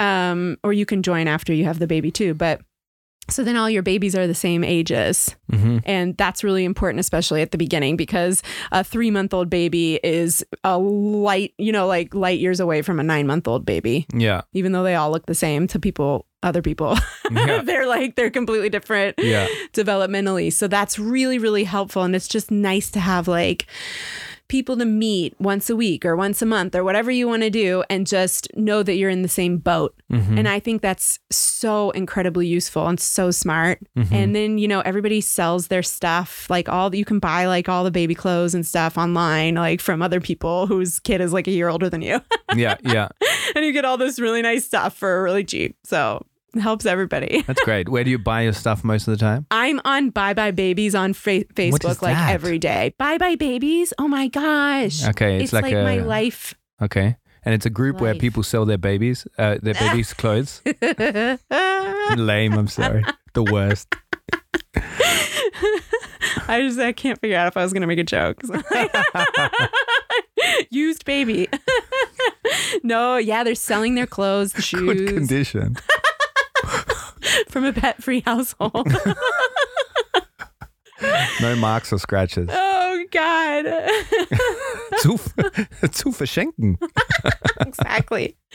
[SPEAKER 4] um, or you can join after you have the baby too. But so then all your babies are the same ages.
[SPEAKER 2] Mm-hmm.
[SPEAKER 4] And that's really important, especially at the beginning, because a three month old baby is a light, you know, like light years away from a nine month old baby,
[SPEAKER 2] Yeah.
[SPEAKER 4] even though they all look the same to people, other people.
[SPEAKER 2] Yeah.
[SPEAKER 4] they're like, they're completely different
[SPEAKER 2] yeah.
[SPEAKER 4] developmentally. So that's really, really helpful. And it's just nice to have like people to meet once a week or once a month or whatever you want to do and just know that you're in the same boat.
[SPEAKER 2] Mm-hmm.
[SPEAKER 4] And I think that's so incredibly useful and so smart.
[SPEAKER 2] Mm-hmm.
[SPEAKER 4] And then, you know, everybody sells their stuff. Like all you can buy like all the baby clothes and stuff online, like from other people whose kid is like a year older than you.
[SPEAKER 2] yeah. Yeah.
[SPEAKER 4] and you get all this really nice stuff for really cheap. So it helps everybody.
[SPEAKER 2] That's great. Where do you buy your stuff most of the time?
[SPEAKER 4] I'm on Bye Bye Babies on fa-
[SPEAKER 2] is
[SPEAKER 4] Facebook like
[SPEAKER 2] that?
[SPEAKER 4] every day. Bye Bye Babies. Oh my gosh.
[SPEAKER 2] Okay, it's,
[SPEAKER 4] It's, like,
[SPEAKER 2] a
[SPEAKER 4] my life.
[SPEAKER 2] Okay, and it's a group where
[SPEAKER 4] Life.
[SPEAKER 2] people sell their babies, uh, their babies' clothes.
[SPEAKER 4] I
[SPEAKER 2] Lame. I'm sorry. The worst.
[SPEAKER 4] just I can't figure out if I was gonna make a joke. So- Used baby. no, yeah, they're selling their clothes, the
[SPEAKER 2] Good
[SPEAKER 4] shoes
[SPEAKER 2] condition.
[SPEAKER 4] from a pet-free household.
[SPEAKER 2] No marks or scratches.
[SPEAKER 4] oh God.
[SPEAKER 2] zu, zu verschenken.
[SPEAKER 4] exactly.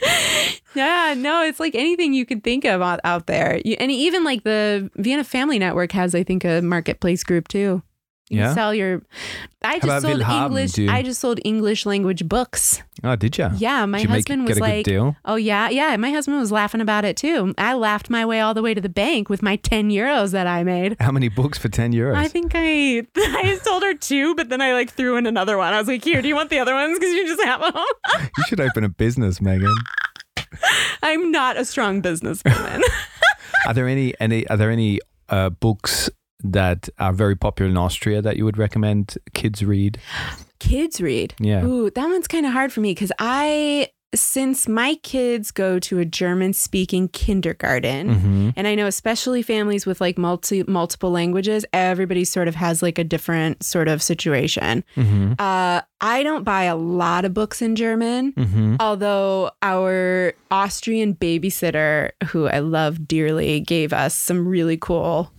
[SPEAKER 4] Yeah, no, it's like anything you could think of out, out there. You, and even like the Vienna Family Network has, I think, a marketplace group too. You
[SPEAKER 2] Yeah?
[SPEAKER 4] can sell your. I
[SPEAKER 2] about
[SPEAKER 4] just sold
[SPEAKER 2] Willhaben,
[SPEAKER 4] English.
[SPEAKER 2] too?
[SPEAKER 4] I just sold English language books.
[SPEAKER 2] Oh, did you?
[SPEAKER 4] Yeah, my
[SPEAKER 2] did you make
[SPEAKER 4] husband
[SPEAKER 2] get
[SPEAKER 4] was
[SPEAKER 2] a
[SPEAKER 4] like,
[SPEAKER 2] good deal?
[SPEAKER 4] "Oh yeah, yeah." My husband was laughing about it too. I laughed my way all the way to the bank with my ten euros that I made.
[SPEAKER 2] How many books for ten euros?
[SPEAKER 4] I think I I sold her two, but then I like threw in another one. I was like, "Here, do you want the other ones? Because you just have them."
[SPEAKER 2] you should open a business, Megan.
[SPEAKER 4] I'm not a strong businesswoman.
[SPEAKER 2] Are there any any are there any uh, books that are very popular in Austria that you would recommend kids read?
[SPEAKER 4] kids read.
[SPEAKER 2] Yeah.
[SPEAKER 4] Ooh, that one's kind of hard for me because I, since my kids go to a German speaking kindergarten,
[SPEAKER 2] Mm-hmm.
[SPEAKER 4] and I know especially families with like multi multiple languages, everybody sort of has like a different sort of situation.
[SPEAKER 2] Mm-hmm.
[SPEAKER 4] Uh, I don't buy a lot of books in German.
[SPEAKER 2] Mm-hmm.
[SPEAKER 4] Although our Austrian babysitter, who I love dearly, gave us some really cool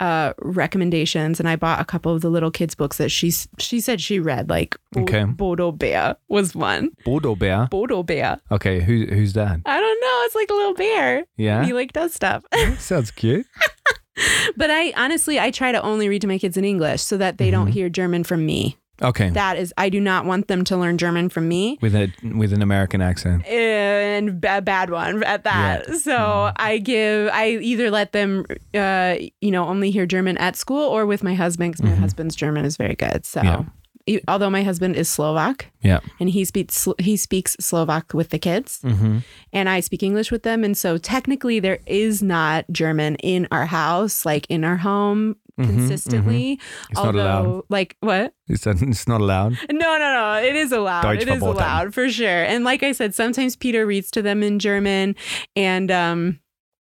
[SPEAKER 4] uh, recommendations, and I bought a couple of the little kids' books that she she said she read. Like Bo-
[SPEAKER 2] Okay.
[SPEAKER 4] Bodo Bear was one.
[SPEAKER 2] Bodo Bear.
[SPEAKER 4] Bodo Bear.
[SPEAKER 2] Okay, who who's that?
[SPEAKER 4] I don't know. It's like a little bear.
[SPEAKER 2] Yeah.
[SPEAKER 4] He like does stuff.
[SPEAKER 2] Sounds cute.
[SPEAKER 4] but I honestly, I try to only read to my kids in English so that they don't
[SPEAKER 2] Mhm.
[SPEAKER 4] hear German from me.
[SPEAKER 2] Okay.
[SPEAKER 4] That is, I do not want them to learn German from me.
[SPEAKER 2] with a with an American accent.
[SPEAKER 4] and a bad one at that. So
[SPEAKER 2] Mm-hmm.
[SPEAKER 4] I give, I either let them, uh, you know, only hear German at school or with my husband because my
[SPEAKER 2] Mhm.
[SPEAKER 4] husband's German is very good. So
[SPEAKER 2] Yeah.
[SPEAKER 4] e- although my husband is Slovak
[SPEAKER 2] Yeah.
[SPEAKER 4] and he speaks he speaks Slovak with the kids
[SPEAKER 2] Mm-hmm.
[SPEAKER 4] and I speak English with them and so technically there is not German in our house like in our home consistently
[SPEAKER 2] Mm-hmm. It's not
[SPEAKER 4] although
[SPEAKER 2] allowed.
[SPEAKER 4] like what
[SPEAKER 2] It's, it's not allowed.
[SPEAKER 4] no, no, no. It is allowed.
[SPEAKER 2] Deutsch
[SPEAKER 4] it is
[SPEAKER 2] verboten.
[SPEAKER 4] allowed for sure. And like I said, sometimes Peter reads to them in German and um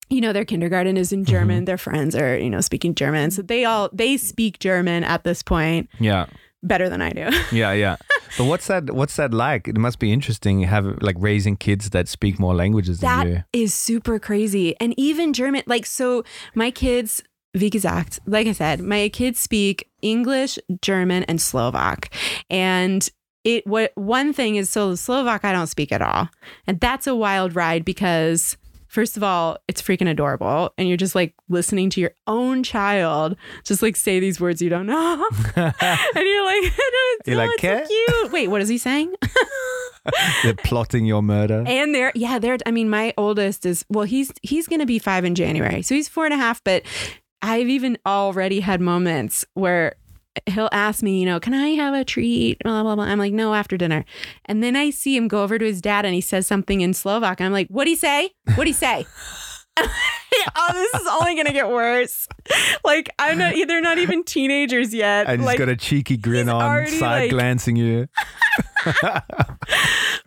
[SPEAKER 4] you know their kindergarten is in German. Their friends are, you know, speaking German. So they all they speak German at this point
[SPEAKER 2] Yeah.
[SPEAKER 4] better than I do.
[SPEAKER 2] Yeah. Yeah. but what's that? What's that like? It must be interesting. Have like raising kids that speak more languages
[SPEAKER 4] That
[SPEAKER 2] than
[SPEAKER 4] is
[SPEAKER 2] you.
[SPEAKER 4] super crazy. And even German, like, so my kids, wie gesagt, like I said, my kids speak English, German, and Slovak. And it what one thing is so Slovak I don't speak at all. And that's a wild ride because first of all, it's freaking adorable. And you're just like listening to your own child just like say these words you don't know. and you're like,
[SPEAKER 2] You're
[SPEAKER 4] "No,
[SPEAKER 2] like,
[SPEAKER 4] it's so
[SPEAKER 2] "Ke?"
[SPEAKER 4] cute. Wait, what is he saying?
[SPEAKER 2] They're plotting your murder.
[SPEAKER 4] And they're yeah, they're I mean, my oldest is well, he's he's gonna be five in January. So he's four and a half, but I've even already had moments where he'll ask me, you know, can I have a treat? Blah blah blah. I'm like, no, after dinner. And then I see him go over to his dad and he says something in Slovak. And I'm like, what'd he say? What'd he say? oh, this is only gonna get worse. Like I'm not they're not even teenagers yet.
[SPEAKER 2] And
[SPEAKER 4] like,
[SPEAKER 2] he's got a cheeky grin on,
[SPEAKER 4] already,
[SPEAKER 2] side
[SPEAKER 4] like-
[SPEAKER 2] glancing you.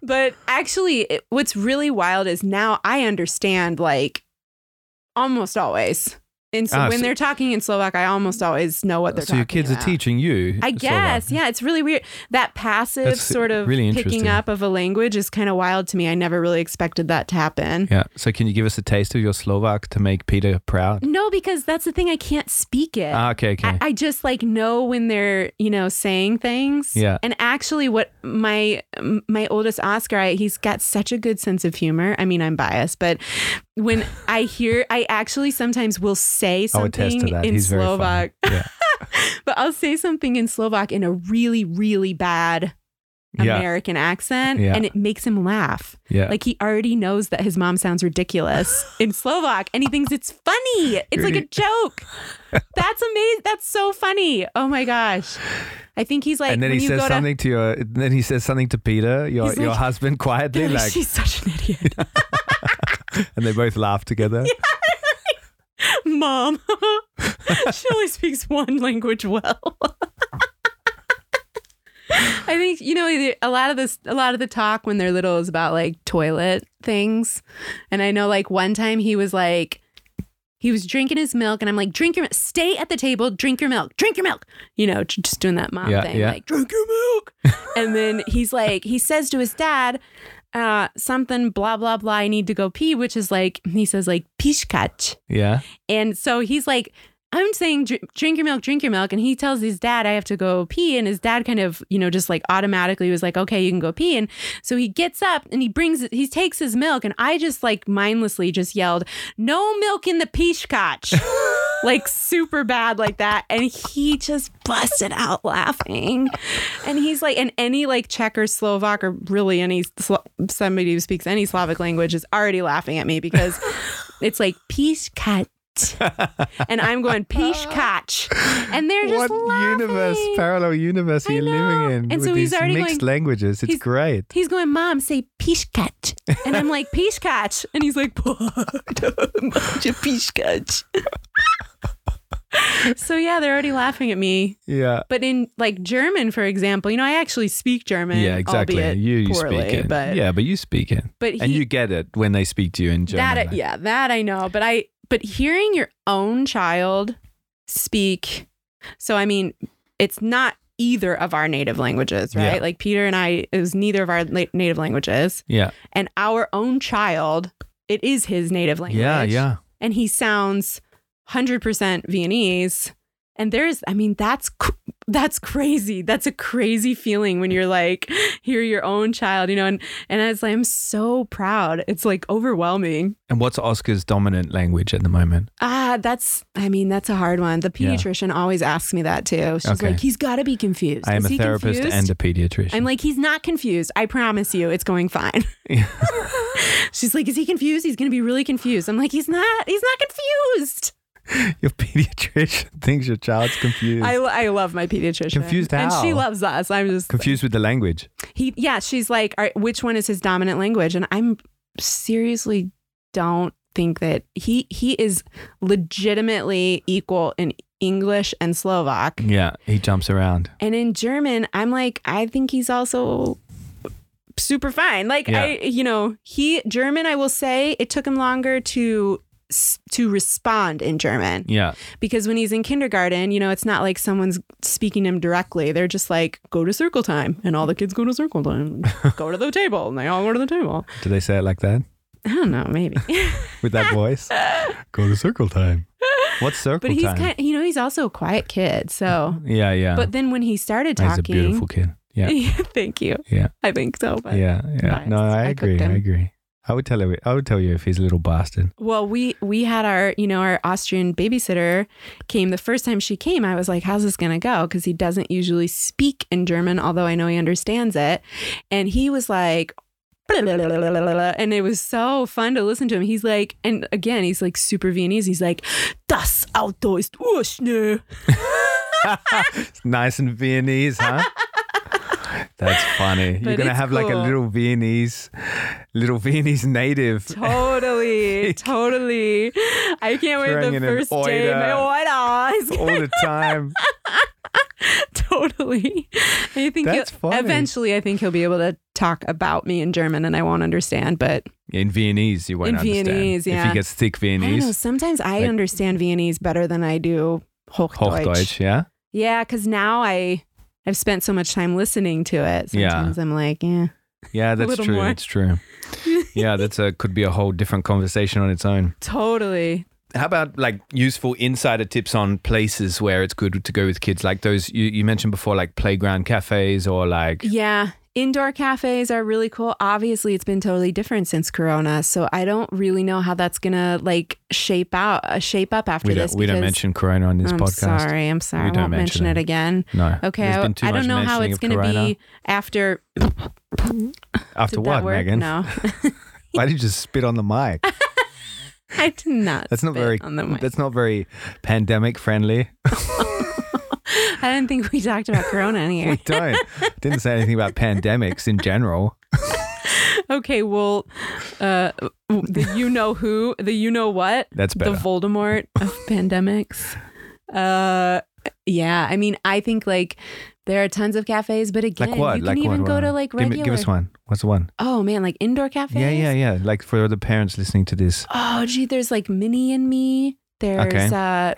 [SPEAKER 4] But actually, it, what's really wild is now I understand like almost always. And so
[SPEAKER 2] Ah,
[SPEAKER 4] when
[SPEAKER 2] so- Oh,
[SPEAKER 4] they're talking in Slovak, I almost always know what they're
[SPEAKER 2] So your
[SPEAKER 4] talking
[SPEAKER 2] kids
[SPEAKER 4] about.
[SPEAKER 2] are teaching you.
[SPEAKER 4] I
[SPEAKER 2] Slovak.
[SPEAKER 4] guess. Yeah, it's really weird. That passive
[SPEAKER 2] That's
[SPEAKER 4] sort of
[SPEAKER 2] really interesting.
[SPEAKER 4] picking up of a language is kind of wild to me. I never really expected that to happen.
[SPEAKER 2] Yeah. So can you give us a taste of your Slovak to make Peter proud?
[SPEAKER 4] No, because that's the thing. I can't speak it.
[SPEAKER 2] Ah, okay. Okay.
[SPEAKER 4] I, I just like know when they're you know saying things.
[SPEAKER 2] Yeah.
[SPEAKER 4] And actually, what my m- my oldest Oscar, I, he's got such a good sense of humor. I mean, I'm biased, but when I hear, I actually sometimes will say
[SPEAKER 2] I'll attest to
[SPEAKER 4] something
[SPEAKER 2] that.
[SPEAKER 4] in
[SPEAKER 2] He's very
[SPEAKER 4] Slovak,
[SPEAKER 2] funny. Yeah.
[SPEAKER 4] but I'll say something in Slovak in a really really bad.
[SPEAKER 2] Yeah.
[SPEAKER 4] American accent,
[SPEAKER 2] Yeah.
[SPEAKER 4] and it makes him laugh.
[SPEAKER 2] Yeah.
[SPEAKER 4] Like he already knows that his mom sounds ridiculous in Slovak, and he thinks it's funny. It's like a joke. That's amazing. That's so funny. Oh my gosh. I think he's like,
[SPEAKER 2] and then
[SPEAKER 4] when
[SPEAKER 2] he
[SPEAKER 4] you
[SPEAKER 2] says
[SPEAKER 4] go to,
[SPEAKER 2] something to your. Then he says something to Peter, your
[SPEAKER 4] He's
[SPEAKER 2] your
[SPEAKER 4] like-
[SPEAKER 2] husband, quietly, like,
[SPEAKER 4] she's such an idiot,
[SPEAKER 2] and they both laugh together.
[SPEAKER 4] mom. she only speaks one language well. I think you know the- a lot of this. A lot of the talk when they're little is about like toilet things, and I know like one time he was like. He was drinking his milk, and I'm like, "Drink your, stay at the table, drink your milk, drink your milk." You know, j- just doing that mom
[SPEAKER 2] Yeah,
[SPEAKER 4] thing,
[SPEAKER 2] yeah.
[SPEAKER 4] like, "Drink your milk." and then he's like, he says to his dad, uh, "Something, blah blah blah. I need to go pee," which is like, he says like, "Pishkach,"
[SPEAKER 2] Yeah.
[SPEAKER 4] And so he's like, I'm saying dr- drink your milk, drink your milk. And he tells his dad, I have to go pee. And his dad kind of, you know, just like automatically was like, okay, you can go pee. And so he gets up and he brings, it- he takes his milk. And I just like mindlessly just yelled, no milk in the peachcotch. like super bad like that. And he just busted out laughing. And he's like, and any like Czech or Slovak or really any Slo- somebody who speaks any Slavic language is already laughing at me because it's like peachcotch. and I'm going peachcotch. And they're just
[SPEAKER 2] What
[SPEAKER 4] laughing.
[SPEAKER 2] universe, parallel universe, are
[SPEAKER 4] I
[SPEAKER 2] you
[SPEAKER 4] know.
[SPEAKER 2] living in
[SPEAKER 4] And
[SPEAKER 2] with
[SPEAKER 4] so he's
[SPEAKER 2] these
[SPEAKER 4] already
[SPEAKER 2] mixed
[SPEAKER 4] going-
[SPEAKER 2] languages? It's
[SPEAKER 4] he's-
[SPEAKER 2] great.
[SPEAKER 4] He's going, Mom, say peachcotch. And I'm like, peachcotch. And he's like, what? Much a peachcotch. so yeah, they're already laughing at me.
[SPEAKER 2] Yeah.
[SPEAKER 4] But in like German, for example, you know, I actually speak German.
[SPEAKER 2] Yeah, exactly.
[SPEAKER 4] albeit
[SPEAKER 2] You, you
[SPEAKER 4] poorly,
[SPEAKER 2] speak it.
[SPEAKER 4] But
[SPEAKER 2] yeah, but you speak it.
[SPEAKER 4] but he,
[SPEAKER 2] and you get it when they speak to you in German.
[SPEAKER 4] that I-
[SPEAKER 2] like-
[SPEAKER 4] yeah, that I know. But I but hearing your own child speak. So I mean, it's not either of our native languages, right?
[SPEAKER 2] Yeah.
[SPEAKER 4] Like Peter and I, it was neither of our la- native languages,
[SPEAKER 2] Yeah.
[SPEAKER 4] and our own child, it is his native language.
[SPEAKER 2] Yeah. Yeah.
[SPEAKER 4] and he sounds hundred percent Viennese. And there's, I mean, that's cr- that's crazy. That's a crazy feeling when you're like, hear your own child, you know. And and I was like, I'm so proud. It's like overwhelming.
[SPEAKER 2] And what's Oscar's dominant language at the moment?
[SPEAKER 4] Ah, that's, I mean, that's a hard one. The
[SPEAKER 2] Yeah.
[SPEAKER 4] pediatrician always asks me that too. She's
[SPEAKER 2] Okay.
[SPEAKER 4] like, he's got to be confused.
[SPEAKER 2] I am
[SPEAKER 4] Is
[SPEAKER 2] a
[SPEAKER 4] he
[SPEAKER 2] therapist
[SPEAKER 4] confused?
[SPEAKER 2] and a pediatrician.
[SPEAKER 4] I'm like, he's not confused. I promise you, it's going fine. She's like, is he confused? He's going to be really confused. I'm like, he's not, he's not confused.
[SPEAKER 2] Your pediatrician thinks your child's confused.
[SPEAKER 4] I, I love my pediatrician.
[SPEAKER 2] Confused
[SPEAKER 4] And she
[SPEAKER 2] how?
[SPEAKER 4] loves us. I'm just
[SPEAKER 2] confused with the language.
[SPEAKER 4] he yeah she's like All right, which one is his dominant language and i'm seriously don't think that he he is legitimately equal in english and slovak
[SPEAKER 2] Yeah, he jumps around.
[SPEAKER 4] and in german i'm like i think he's also super fine like i you know he german i will say it took him longer to s- to respond in german
[SPEAKER 2] Yeah.
[SPEAKER 4] because when he's in kindergarten, you know, it's not like someone's speaking him directly. They're just like, go to circle time. And all the kids go to circle time, go to the table. And they all go to the table.
[SPEAKER 2] Do they say it like that?
[SPEAKER 4] I don't know, maybe.
[SPEAKER 2] With that voice? Go to circle time. What's circle
[SPEAKER 4] but he's kind
[SPEAKER 2] time?
[SPEAKER 4] you know, he's also a quiet kid. So,
[SPEAKER 2] yeah, yeah.
[SPEAKER 4] but then when he started
[SPEAKER 2] he's a
[SPEAKER 4] talking,
[SPEAKER 2] beautiful kid. Yeah.
[SPEAKER 4] thank you.
[SPEAKER 2] Yeah.
[SPEAKER 4] I think so. But
[SPEAKER 2] yeah, yeah.
[SPEAKER 4] biased.
[SPEAKER 2] No, I,
[SPEAKER 4] I cooked
[SPEAKER 2] agree. I
[SPEAKER 4] him.
[SPEAKER 2] agree. I would tell you. I would tell you if he's a little bastard.
[SPEAKER 4] Well, we we had our you know our Austrian babysitter came the first time she came. I was like, "How's this gonna go?" Because he doesn't usually speak in German, although I know he understands it. And he was like, and it was so fun to listen to him. He's like, and again, he's like super Viennese. He's like, "Das Auto ist urschnell."
[SPEAKER 2] nice and Viennese, huh? That's funny. You're
[SPEAKER 4] But
[SPEAKER 2] gonna
[SPEAKER 4] it's
[SPEAKER 2] have like a
[SPEAKER 4] cool.
[SPEAKER 2] little Viennese, little Viennese native.
[SPEAKER 4] Totally, totally. I can't wait
[SPEAKER 2] Throwing
[SPEAKER 4] the
[SPEAKER 2] in an
[SPEAKER 4] first day.
[SPEAKER 2] oida.
[SPEAKER 4] My oida. He's
[SPEAKER 2] All the time.
[SPEAKER 4] totally. I think
[SPEAKER 2] That's
[SPEAKER 4] he'll-
[SPEAKER 2] funny.
[SPEAKER 4] eventually I think he'll be able to talk about me in German and I won't understand, but
[SPEAKER 2] In Viennese, you won't
[SPEAKER 4] In
[SPEAKER 2] understand.
[SPEAKER 4] Viennese,
[SPEAKER 2] If
[SPEAKER 4] yeah.
[SPEAKER 2] he gets thick
[SPEAKER 4] I don't know,
[SPEAKER 2] Viennese,
[SPEAKER 4] sometimes I
[SPEAKER 2] Like-
[SPEAKER 4] understand Viennese better than I do Hochdeutsch.
[SPEAKER 2] Hochdeutsch, yeah?
[SPEAKER 4] Yeah, cuz now I I've spent so much time listening to it.
[SPEAKER 2] Yeah.
[SPEAKER 4] Sometimes I'm like, yeah.
[SPEAKER 2] Yeah, that's
[SPEAKER 4] little
[SPEAKER 2] true.
[SPEAKER 4] more.
[SPEAKER 2] It's true. yeah, that's a could be a whole different conversation on its own.
[SPEAKER 4] Totally.
[SPEAKER 2] How about like useful insider tips on places where it's good to go with kids, like those you, you mentioned before, like playground cafes or like
[SPEAKER 4] Yeah. Indoor cafes are really cool. Obviously, it's been totally different since Corona, so I don't really know how that's gonna like shape out, uh, shape up after
[SPEAKER 2] we
[SPEAKER 4] this.
[SPEAKER 2] don't we don't
[SPEAKER 4] because-
[SPEAKER 2] mention Corona on this
[SPEAKER 4] I'm
[SPEAKER 2] podcast.
[SPEAKER 4] sorry. I'm sorry.
[SPEAKER 2] We
[SPEAKER 4] I
[SPEAKER 2] don't
[SPEAKER 4] won't
[SPEAKER 2] mention
[SPEAKER 4] mention
[SPEAKER 2] it.
[SPEAKER 4] it again.
[SPEAKER 2] No.
[SPEAKER 4] Okay,
[SPEAKER 2] There's
[SPEAKER 4] I,
[SPEAKER 2] been too
[SPEAKER 4] I
[SPEAKER 2] much
[SPEAKER 4] don't know how
[SPEAKER 2] mentioning
[SPEAKER 4] it's
[SPEAKER 2] of
[SPEAKER 4] going to
[SPEAKER 2] Corona.
[SPEAKER 4] be after.
[SPEAKER 2] After
[SPEAKER 4] Did
[SPEAKER 2] what,
[SPEAKER 4] that work?
[SPEAKER 2] Megan?
[SPEAKER 4] No,
[SPEAKER 2] Why did you just spit on the mic?
[SPEAKER 4] I did not.
[SPEAKER 2] That's not
[SPEAKER 4] spit
[SPEAKER 2] very
[SPEAKER 4] On the mic.
[SPEAKER 2] that's not very pandemic friendly.
[SPEAKER 4] I didn't think we talked about Corona in
[SPEAKER 2] We
[SPEAKER 4] here.
[SPEAKER 2] don't. Didn't say anything about pandemics in general.
[SPEAKER 4] okay, well, uh, the you know who, the you know what,
[SPEAKER 2] That's better.
[SPEAKER 4] the Voldemort of pandemics. Uh, yeah, I mean, I think like there are tons of cafes, but again,
[SPEAKER 2] Like what?
[SPEAKER 4] you can
[SPEAKER 2] like
[SPEAKER 4] even
[SPEAKER 2] what,
[SPEAKER 4] go
[SPEAKER 2] what?
[SPEAKER 4] to like
[SPEAKER 2] Give,
[SPEAKER 4] regular.
[SPEAKER 2] me- give us one. What's the one?
[SPEAKER 4] Oh man, like indoor cafes.
[SPEAKER 2] Yeah, yeah, yeah. Like for the parents listening to this.
[SPEAKER 4] Oh gee, there's like Minnie and Me. There's
[SPEAKER 2] Okay.
[SPEAKER 4] uh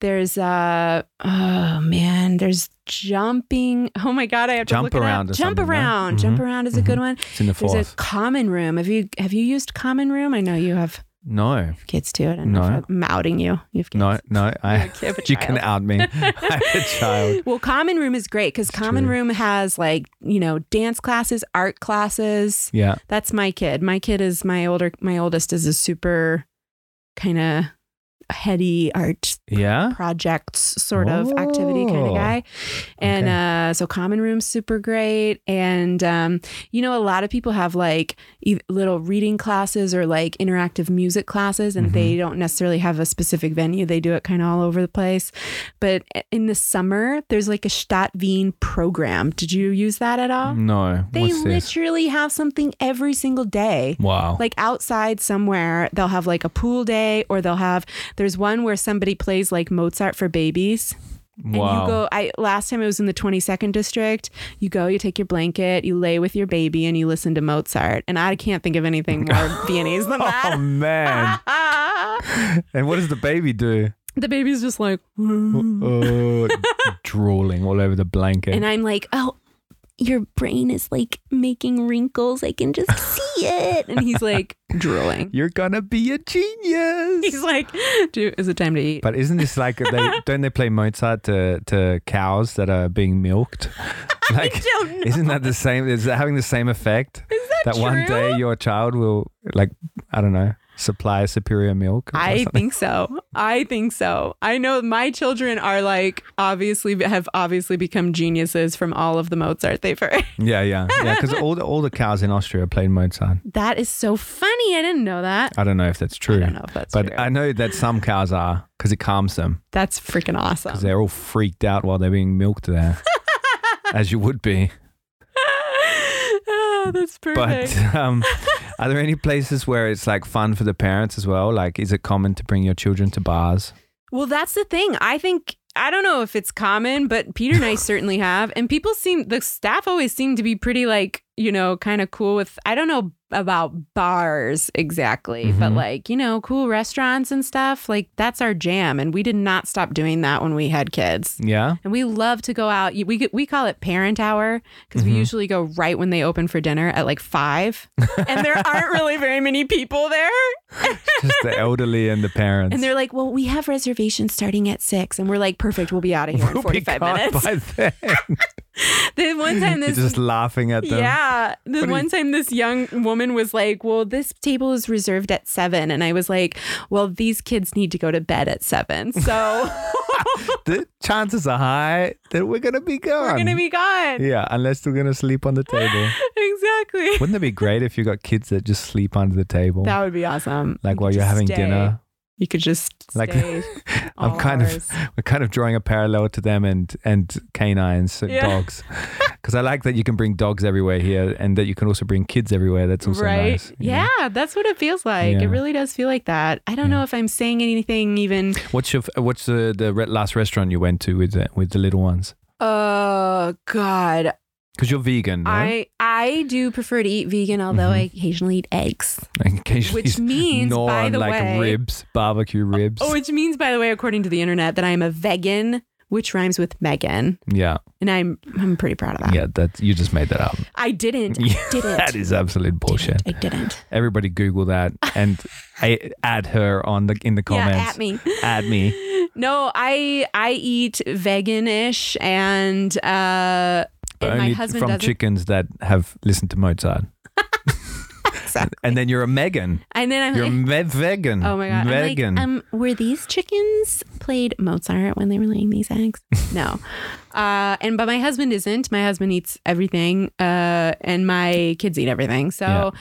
[SPEAKER 4] there's uh oh man, there's jumping. Oh my god, I have
[SPEAKER 2] Jump
[SPEAKER 4] to look
[SPEAKER 2] around
[SPEAKER 4] it
[SPEAKER 2] or
[SPEAKER 4] up. Jump
[SPEAKER 2] something, right?
[SPEAKER 4] around.
[SPEAKER 2] Mhm.
[SPEAKER 4] Jump around is a good one.
[SPEAKER 2] It's in the
[SPEAKER 4] There's
[SPEAKER 2] fourth.
[SPEAKER 4] a common room. Have you have you used common room? I know you have
[SPEAKER 2] No,
[SPEAKER 4] kids too. I don't know
[SPEAKER 2] No.
[SPEAKER 4] if I'm outing you. You've kids.
[SPEAKER 2] no, no.
[SPEAKER 4] You're
[SPEAKER 2] I
[SPEAKER 4] a kid, but
[SPEAKER 2] you can
[SPEAKER 4] child.
[SPEAKER 2] out me. I'm a child.
[SPEAKER 4] Well, Common Room is great because Common
[SPEAKER 2] true.
[SPEAKER 4] Room has like, you know, dance classes, art classes.
[SPEAKER 2] Yeah,
[SPEAKER 4] That's my kid. My kid is my older my oldest is a super kind of heady art
[SPEAKER 2] yeah.
[SPEAKER 4] projects sort of activity kind
[SPEAKER 2] Oh.
[SPEAKER 4] of guy. And
[SPEAKER 2] Okay.
[SPEAKER 4] uh, so common room's super great. And, um, you know, a lot of people have like e- little reading classes or like interactive music classes, and
[SPEAKER 2] Mhm.
[SPEAKER 4] they don't necessarily have a specific venue. They do it kind of all over the place. But eh, in the summer, there's like a Stadt Wien program. Did you use that at all?
[SPEAKER 2] No.
[SPEAKER 4] They
[SPEAKER 2] What's this?
[SPEAKER 4] literally have something every single day
[SPEAKER 2] Wow.
[SPEAKER 4] like outside somewhere they'll have like a pool day or they'll have there's one where somebody plays like mozart for babies and
[SPEAKER 2] wow. Oh,
[SPEAKER 4] you go i last time it was in the 22nd district you go you take your blanket you lay with your baby and you listen to mozart and i can't think of anything more viennese than
[SPEAKER 2] oh
[SPEAKER 4] that
[SPEAKER 2] man. and what does the baby do?
[SPEAKER 4] the baby's just like
[SPEAKER 2] Oh, drooling all over the blanket.
[SPEAKER 4] and i'm like oh your brain is like making wrinkles i can just see it and he's like drooling
[SPEAKER 2] You're gonna be a genius.
[SPEAKER 4] he's like dude is it time to eat
[SPEAKER 2] But isn't this like they don't they play Mozart to, to cows that are being milked? Like,
[SPEAKER 4] don't know.
[SPEAKER 2] isn't that the same? Is that having the same effect? Is
[SPEAKER 4] that true?
[SPEAKER 2] one day your child will like I don't know supply superior milk. or
[SPEAKER 4] I
[SPEAKER 2] something?
[SPEAKER 4] think so. I think so. I know my children are like obviously have obviously become geniuses from all of the Mozart they've heard.
[SPEAKER 2] Yeah, yeah, yeah. Because all the all the cows in Austria played Mozart.
[SPEAKER 4] That is so funny. I didn't know that.
[SPEAKER 2] I don't know if that's true.
[SPEAKER 4] I don't know if that's
[SPEAKER 2] But
[SPEAKER 4] true.
[SPEAKER 2] I know that some cows are because it calms them
[SPEAKER 4] That's freaking awesome.
[SPEAKER 2] because they're all freaked out while they're being milked there, as you would be.
[SPEAKER 4] Ah, that's perfect.
[SPEAKER 2] But um, are there any places where it's like fun for the parents as well? Like, is it common to bring your children to bars?
[SPEAKER 4] Well, that's the thing. I think I don't know if it's common, but Peter and I certainly have. And people seem the staff always seem to be pretty like, you know, kind of cool with I don't know about bars exactly, but
[SPEAKER 2] Mhm.
[SPEAKER 4] like, you know, cool restaurants and stuff. Like that's our jam and we did not stop doing that when we had kids.
[SPEAKER 2] Yeah.
[SPEAKER 4] And we love to go out. We get- we call it parent hour because we
[SPEAKER 2] Mhm.
[SPEAKER 4] usually go right when they open for dinner at like 5. and there aren't really very many people there.
[SPEAKER 2] Just the elderly and the parents.
[SPEAKER 4] And they're like, "Well, we have reservations starting at six. and we're like, "Perfect, we'll be out of here in
[SPEAKER 2] We'll be
[SPEAKER 4] forty-five
[SPEAKER 2] gone
[SPEAKER 4] minutes."
[SPEAKER 2] By then.
[SPEAKER 4] Then one time
[SPEAKER 2] You're
[SPEAKER 4] this,
[SPEAKER 2] just laughing at them.
[SPEAKER 4] yeah, the
[SPEAKER 2] What do
[SPEAKER 4] one time this young woman was like, "Well, this table is reserved at seven. and I was like, "Well, these kids need to go to bed at seven, so
[SPEAKER 2] The chances are high that we're gonna be gone.
[SPEAKER 4] we're gonna be gone."
[SPEAKER 2] Yeah, unless they're gonna sleep on the table.
[SPEAKER 4] Exactly.
[SPEAKER 2] Wouldn't it be great if you got kids that just sleep under the table?
[SPEAKER 4] That would be awesome. You
[SPEAKER 2] like
[SPEAKER 4] could
[SPEAKER 2] while you're
[SPEAKER 4] just
[SPEAKER 2] having
[SPEAKER 4] stay.
[SPEAKER 2] dinner.
[SPEAKER 4] you could just
[SPEAKER 2] Like-
[SPEAKER 4] stay
[SPEAKER 2] I'm
[SPEAKER 4] all
[SPEAKER 2] kind
[SPEAKER 4] hours.
[SPEAKER 2] of we're kind of drawing a parallel to them and and canines and
[SPEAKER 4] Yeah.
[SPEAKER 2] dogs. Cuz I like that you can bring dogs everywhere here and that you can also bring kids everywhere. That's also
[SPEAKER 4] right
[SPEAKER 2] nice. you know?
[SPEAKER 4] yeah. that's what it feels like
[SPEAKER 2] Yeah.
[SPEAKER 4] it really does feel like that i don't
[SPEAKER 2] Yeah.
[SPEAKER 4] know if i'm saying anything even
[SPEAKER 2] What's your f- what's the the re- last restaurant you went to with the, with the little ones?
[SPEAKER 4] oh god
[SPEAKER 2] Cuz you're vegan, right?
[SPEAKER 4] i i do prefer to eat vegan although i occasionally eat eggs
[SPEAKER 2] And occasionally
[SPEAKER 4] which means
[SPEAKER 2] gnaw
[SPEAKER 4] by
[SPEAKER 2] on
[SPEAKER 4] the
[SPEAKER 2] Mm-hmm. like
[SPEAKER 4] way
[SPEAKER 2] ribs, barbecue ribs.
[SPEAKER 4] oh which means by the way according to the internet that i am a vegan which rhymes with megan
[SPEAKER 2] yeah.
[SPEAKER 4] and i'm i'm pretty proud of that
[SPEAKER 2] Yeah, that you just made that up.
[SPEAKER 4] i didn't
[SPEAKER 2] Yeah,
[SPEAKER 4] I didn't
[SPEAKER 2] That is absolute bullshit.
[SPEAKER 4] I didn't.
[SPEAKER 2] Everybody Google that and a- add her on the in the comments.
[SPEAKER 4] Yeah, at me.
[SPEAKER 2] Add me.
[SPEAKER 4] No, I I eat vegan-ish, and uh,
[SPEAKER 2] But
[SPEAKER 4] and my
[SPEAKER 2] only
[SPEAKER 4] husband
[SPEAKER 2] from
[SPEAKER 4] doesn't.
[SPEAKER 2] chickens that have listened to Mozart.
[SPEAKER 4] Exactly.
[SPEAKER 2] And then you're a Megan.
[SPEAKER 4] And then I'm
[SPEAKER 2] You're a
[SPEAKER 4] like,
[SPEAKER 2] me- vegan.
[SPEAKER 4] oh my god,
[SPEAKER 2] Vegan.
[SPEAKER 4] I'm like, um, were these chickens played Mozart when they were laying these eggs? no, uh, and but my husband isn't. My husband eats everything, uh, and my kids eat everything. So,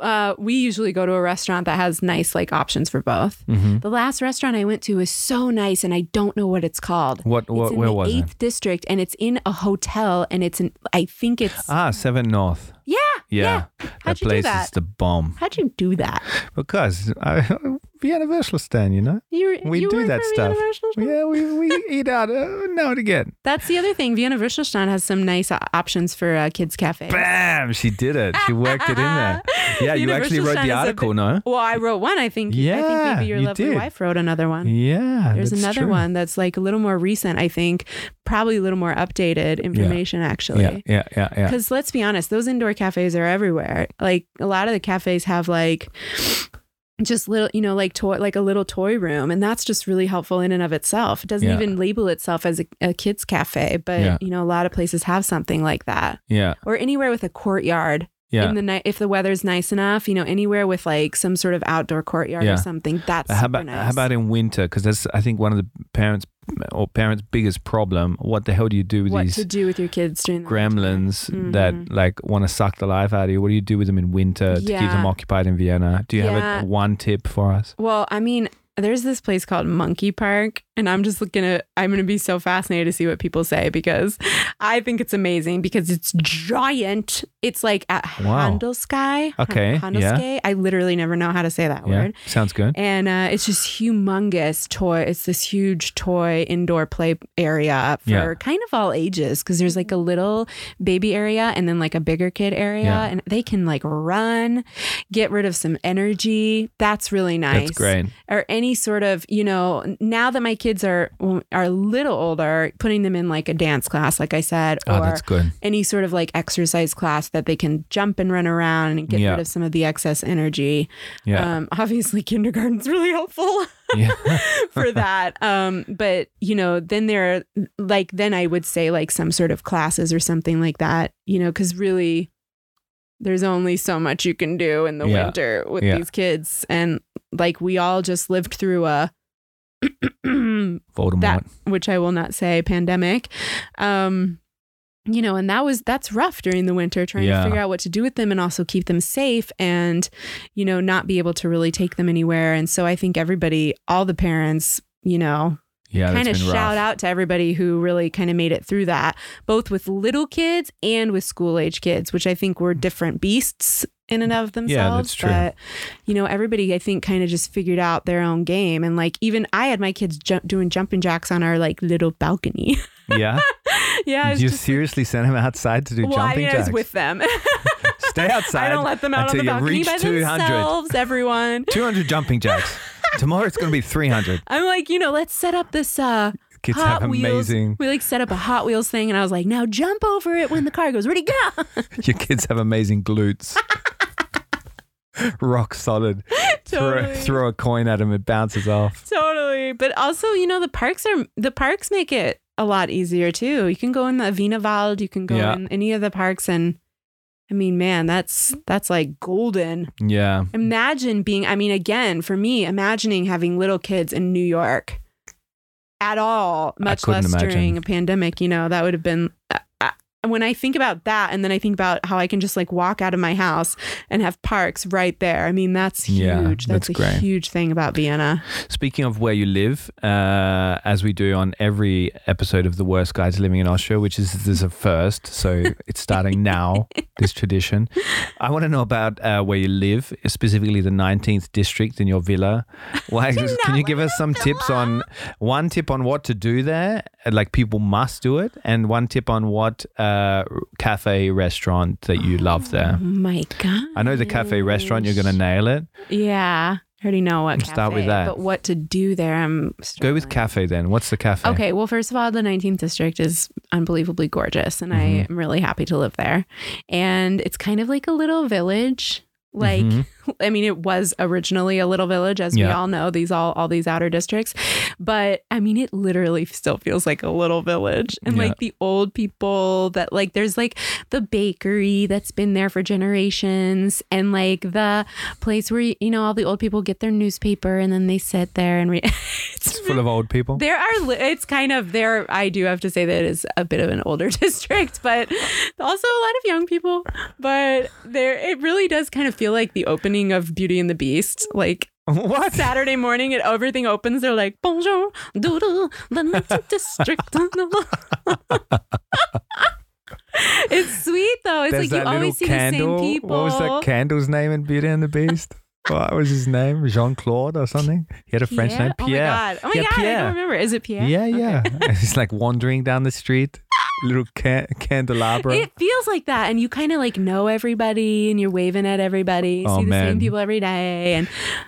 [SPEAKER 4] uh, we usually go to a restaurant that has nice like options for both.
[SPEAKER 2] Mhm.
[SPEAKER 4] The last restaurant I went to was so nice, and I don't know what it's called.
[SPEAKER 2] What,
[SPEAKER 4] it's
[SPEAKER 2] what
[SPEAKER 4] in
[SPEAKER 2] where
[SPEAKER 4] the
[SPEAKER 2] was
[SPEAKER 4] eighth
[SPEAKER 2] it?
[SPEAKER 4] district, and it's in a hotel, and it's an. I think it's
[SPEAKER 2] Ah, Seven North.
[SPEAKER 4] yeah,
[SPEAKER 2] Yeah.
[SPEAKER 4] How'd
[SPEAKER 2] that
[SPEAKER 4] you do
[SPEAKER 2] place is
[SPEAKER 4] that?
[SPEAKER 2] the bomb.
[SPEAKER 4] How'd you do that?
[SPEAKER 2] Because I, the Universal stand, you know?
[SPEAKER 4] You were-
[SPEAKER 2] We
[SPEAKER 4] you
[SPEAKER 2] do
[SPEAKER 4] work
[SPEAKER 2] that
[SPEAKER 4] for
[SPEAKER 2] stuff.
[SPEAKER 4] Universal?
[SPEAKER 2] Yeah, we, we eat out uh, now and again.
[SPEAKER 4] That's the other thing. Vienna Würstelstand has some nice uh, options for uh, kids' cafes.
[SPEAKER 2] Bam! She did it. She worked it in there. Yeah, you actually wrote
[SPEAKER 4] Universal Shine is
[SPEAKER 2] the
[SPEAKER 4] a
[SPEAKER 2] article, no?
[SPEAKER 4] Well, I wrote one. I think. I
[SPEAKER 2] Yeah,
[SPEAKER 4] think maybe your
[SPEAKER 2] you
[SPEAKER 4] lovely
[SPEAKER 2] did.
[SPEAKER 4] wife wrote another one.
[SPEAKER 2] Yeah.
[SPEAKER 4] There's
[SPEAKER 2] that's
[SPEAKER 4] another
[SPEAKER 2] true.
[SPEAKER 4] one that's like a little more recent. I think probably a little more updated information actually.
[SPEAKER 2] Yeah, yeah, yeah, yeah.
[SPEAKER 4] Because let's be honest, those indoor cafes are everywhere. Like a lot of the cafes have like just little, you know, like toy, like a little toy room, and that's just really helpful in and of itself. It doesn't
[SPEAKER 2] Yeah.
[SPEAKER 4] even label itself as a, a kids cafe, but
[SPEAKER 2] Yeah.
[SPEAKER 4] you know, a lot of places have something like that,
[SPEAKER 2] Yeah,
[SPEAKER 4] or anywhere with a courtyard.
[SPEAKER 2] yeah.
[SPEAKER 4] In the night, if the weather's nice enough, you know, anywhere with like some sort of outdoor courtyard
[SPEAKER 2] Yeah.
[SPEAKER 4] or something, that's
[SPEAKER 2] how
[SPEAKER 4] super
[SPEAKER 2] about
[SPEAKER 4] nice.
[SPEAKER 2] how about in winter? Because that's I think one of the parents or parents' biggest problem. What the hell do you do with
[SPEAKER 4] what
[SPEAKER 2] these
[SPEAKER 4] to do with your kids during the
[SPEAKER 2] gremlins
[SPEAKER 4] winter.
[SPEAKER 2] that
[SPEAKER 4] Mhm.
[SPEAKER 2] like want to suck the life out of you? What do you do with them in winter to keep them
[SPEAKER 4] Yeah.
[SPEAKER 2] occupied in Vienna? Do you
[SPEAKER 4] Yeah.
[SPEAKER 2] have a, one tip for us?
[SPEAKER 4] Well, I mean, there's this place called Monkey Park, and I'm just gonna I'm gonna be so fascinated to see what people say because I think it's amazing because it's giant. It's like at
[SPEAKER 2] Wow.
[SPEAKER 4] Handelsky.
[SPEAKER 2] Okay, yeah.
[SPEAKER 4] Handelsky. I literally never know how to say that
[SPEAKER 2] Yeah,
[SPEAKER 4] word.
[SPEAKER 2] sounds good.
[SPEAKER 4] And uh, it's just humongous toy. It's this huge toy indoor play area for
[SPEAKER 2] Yeah.
[SPEAKER 4] kind of all ages because there's like a little baby area and then like a bigger kid area,
[SPEAKER 2] Yeah.
[SPEAKER 4] and they can like run, get rid of some energy. That's really nice
[SPEAKER 2] That's great.
[SPEAKER 4] or any sort of you know now that my kids are are a little older putting them in like a dance class like i said
[SPEAKER 2] Oh,
[SPEAKER 4] or
[SPEAKER 2] that's good.
[SPEAKER 4] any sort of like exercise class that they can jump and run around and get
[SPEAKER 2] Yeah.
[SPEAKER 4] rid of some of the excess energy
[SPEAKER 2] Yeah,
[SPEAKER 4] um, obviously kindergarten's really helpful
[SPEAKER 2] yeah,
[SPEAKER 4] for that um, but you know then there are like then i would say like some sort of classes or something like that you know because really there's only so much you can do in the
[SPEAKER 2] Yeah.
[SPEAKER 4] winter with
[SPEAKER 2] Yeah.
[SPEAKER 4] these kids. And like we all just lived through a
[SPEAKER 2] Voldemort.
[SPEAKER 4] that which I will not say pandemic. Um you know, and that was that's rough during the winter trying
[SPEAKER 2] Yeah.
[SPEAKER 4] to figure out what to do with them and also keep them safe and you know, not be able to really take them anywhere. And so I think everybody, all the parents, you know,
[SPEAKER 2] yeah, that's
[SPEAKER 4] kind of
[SPEAKER 2] Oh, been rough.
[SPEAKER 4] shout out to everybody who really kind of made it through that, both with little kids and with school age kids, which I think were different beasts in and of themselves.
[SPEAKER 2] that's true.
[SPEAKER 4] But, you know, everybody, I think, kind of just figured out their own game. And like, even I had my kids jump, doing jumping jacks on our like little balcony.
[SPEAKER 2] Yeah,
[SPEAKER 4] yeah. I was
[SPEAKER 2] you
[SPEAKER 4] just,
[SPEAKER 2] seriously sent him outside to do
[SPEAKER 4] well, I
[SPEAKER 2] jumping
[SPEAKER 4] mean, I
[SPEAKER 2] jacks.
[SPEAKER 4] was with them.
[SPEAKER 2] Stay outside.
[SPEAKER 4] I don't let them out on the
[SPEAKER 2] until you
[SPEAKER 4] balcony
[SPEAKER 2] reach
[SPEAKER 4] by
[SPEAKER 2] 200.
[SPEAKER 4] themselves, everyone.
[SPEAKER 2] 200 jumping jacks. Tomorrow it's going to be 300.
[SPEAKER 4] I'm like, you know, let's set up this uh
[SPEAKER 2] Kids
[SPEAKER 4] Hot
[SPEAKER 2] have
[SPEAKER 4] Wheels.
[SPEAKER 2] amazing.
[SPEAKER 4] We like set up a Hot Wheels thing, and I was like, now jump over it when the car goes. Ready, go!
[SPEAKER 2] Your kids have amazing glutes. Rock solid. Throw,
[SPEAKER 4] Totally.
[SPEAKER 2] throw a coin at him, it bounces off.
[SPEAKER 4] Totally. But also, you know, the parks are the parks make it a lot easier too. You can go in the Wienerwald, you can go
[SPEAKER 2] Yeah.
[SPEAKER 4] in any of the parks and I mean, man, that's that's like golden.
[SPEAKER 2] Yeah,
[SPEAKER 4] Imagine being I mean, again, for me, imagining having little kids in New York at all, much
[SPEAKER 2] couldn't
[SPEAKER 4] less
[SPEAKER 2] imagine.
[SPEAKER 4] during a pandemic, you know, that would have been I- I- when I think about that and then I think about how I can just like walk out of my house and have parks right there. I mean, that's huge.
[SPEAKER 2] Yeah, that's
[SPEAKER 4] that's a
[SPEAKER 2] great.
[SPEAKER 4] huge thing about Vienna.
[SPEAKER 2] Speaking of where you live, uh, as we do on every episode of The Worst Guys Living in Austria, which is this is a first, so it's starting now, this tradition. I want to know about uh, where you live, specifically the 19th district in your villa. Why,
[SPEAKER 4] Do
[SPEAKER 2] can
[SPEAKER 4] not
[SPEAKER 2] you give
[SPEAKER 4] live
[SPEAKER 2] us some
[SPEAKER 4] in a
[SPEAKER 2] tips on one tip on what to do there, uh, like people must do it, and one tip on what uh, cafe restaurant that you love there?
[SPEAKER 4] Oh my god!
[SPEAKER 2] I know the cafe restaurant, you're going to nail it.
[SPEAKER 4] Yeah, I already know what. Cafe,
[SPEAKER 2] Start with that.
[SPEAKER 4] But what to do there? I'm
[SPEAKER 2] Go with
[SPEAKER 4] struggling.
[SPEAKER 2] cafe then. What's the cafe?
[SPEAKER 4] Okay, well, first of all, the 19th district is unbelievably gorgeous, and I
[SPEAKER 2] Mm-hmm.
[SPEAKER 4] am really happy to live there. And it's kind of like a little village. Like,
[SPEAKER 2] Mhm.
[SPEAKER 4] I mean, it was originally a little village, as we
[SPEAKER 2] Yeah.
[SPEAKER 4] all know. These all all these outer districts, but I mean, it literally still feels like a little village. And
[SPEAKER 2] Yeah.
[SPEAKER 4] like the old people that like, there's like the bakery that's been there for generations, and like the place where you know all the old people get their newspaper and then they sit there and read.
[SPEAKER 2] It's full of old people.
[SPEAKER 4] There are, li- it's kind of there. I do have to say that it is a bit of an older district, but also a lot of young people. But there, it really does kind of feel like the opening of Beauty and the Beast. Like
[SPEAKER 2] What?
[SPEAKER 4] Saturday morning, it everything opens. They're like, Bonjour, doodle, the Northern district. it's sweet though. It's like you always see the same people.
[SPEAKER 2] What was that candle's name in Beauty and the Beast? what was his name? Jean Claude or something? He had a French name. Pierre.
[SPEAKER 4] Oh my god! Oh my
[SPEAKER 2] Yeah,
[SPEAKER 4] god! I
[SPEAKER 2] Pierre.
[SPEAKER 4] don't remember. Is it Pierre?
[SPEAKER 2] Yeah, yeah. He's like wandering down the street, little ca- candelabra.
[SPEAKER 4] It feels like that, and you kind of like know everybody, and you're waving at everybody,
[SPEAKER 2] Oh,
[SPEAKER 4] see the
[SPEAKER 2] man.
[SPEAKER 4] same people every day, and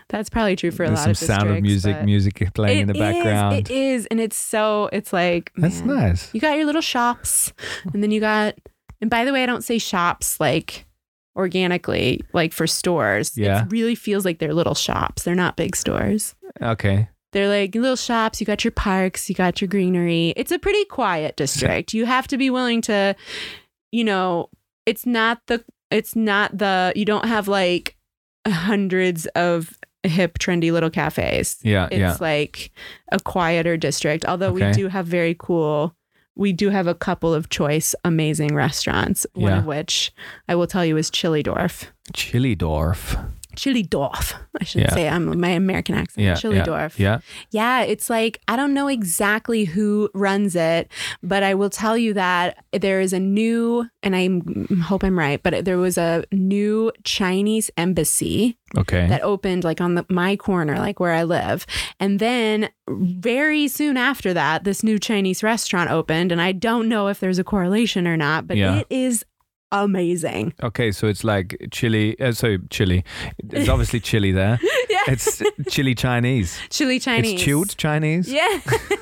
[SPEAKER 4] that's probably true for a
[SPEAKER 2] There's
[SPEAKER 4] lot
[SPEAKER 2] some
[SPEAKER 4] of
[SPEAKER 2] sound of
[SPEAKER 4] districts,
[SPEAKER 2] music,
[SPEAKER 4] but-
[SPEAKER 2] music playing in
[SPEAKER 4] It
[SPEAKER 2] the background.
[SPEAKER 4] is, it is, and it's so it's like
[SPEAKER 2] That's
[SPEAKER 4] man,
[SPEAKER 2] nice.
[SPEAKER 4] You got your little shops, and then you got, and by the way, I don't say shops like organically, like for stores.
[SPEAKER 2] Yeah.
[SPEAKER 4] it really feels like they're little shops. They're not big stores.
[SPEAKER 2] Okay.
[SPEAKER 4] They're like little shops. You got your parks, you got your greenery. It's a pretty quiet district. You have to be willing to, you know, it's not the, it's not the, you don't have like hundreds of hip, trendy little cafes.
[SPEAKER 2] Yeah,
[SPEAKER 4] It's
[SPEAKER 2] yeah.
[SPEAKER 4] like a quieter district, although we
[SPEAKER 2] Okay.
[SPEAKER 4] do have very cool. We do have a couple of choice, amazing restaurants. One
[SPEAKER 2] Yeah.
[SPEAKER 4] of which I will tell you is Chilidorf.
[SPEAKER 2] Chili Dorf.
[SPEAKER 4] Chilidorf. I should
[SPEAKER 2] Yeah.
[SPEAKER 4] say I'm my American accent.
[SPEAKER 2] Yeah,
[SPEAKER 4] Chilidorf.
[SPEAKER 2] Yeah.
[SPEAKER 4] Yeah, it's like I don't know exactly who runs it, but I will tell you that there is a new, and I hope I'm right, but there was a new Chinese embassy
[SPEAKER 2] Okay.
[SPEAKER 4] that opened like on the, my corner, like where I live, and then very soon after that, this new Chinese restaurant opened, and I don't know if there's a correlation or not, but
[SPEAKER 2] Yeah.
[SPEAKER 4] it is amazing.
[SPEAKER 2] okay. So it's like chili. Uh, so chili. There's obviously chili there.
[SPEAKER 4] yeah,
[SPEAKER 2] It's chili Chinese.
[SPEAKER 4] chili Chinese.
[SPEAKER 2] It's chilled Chinese.
[SPEAKER 4] Yeah.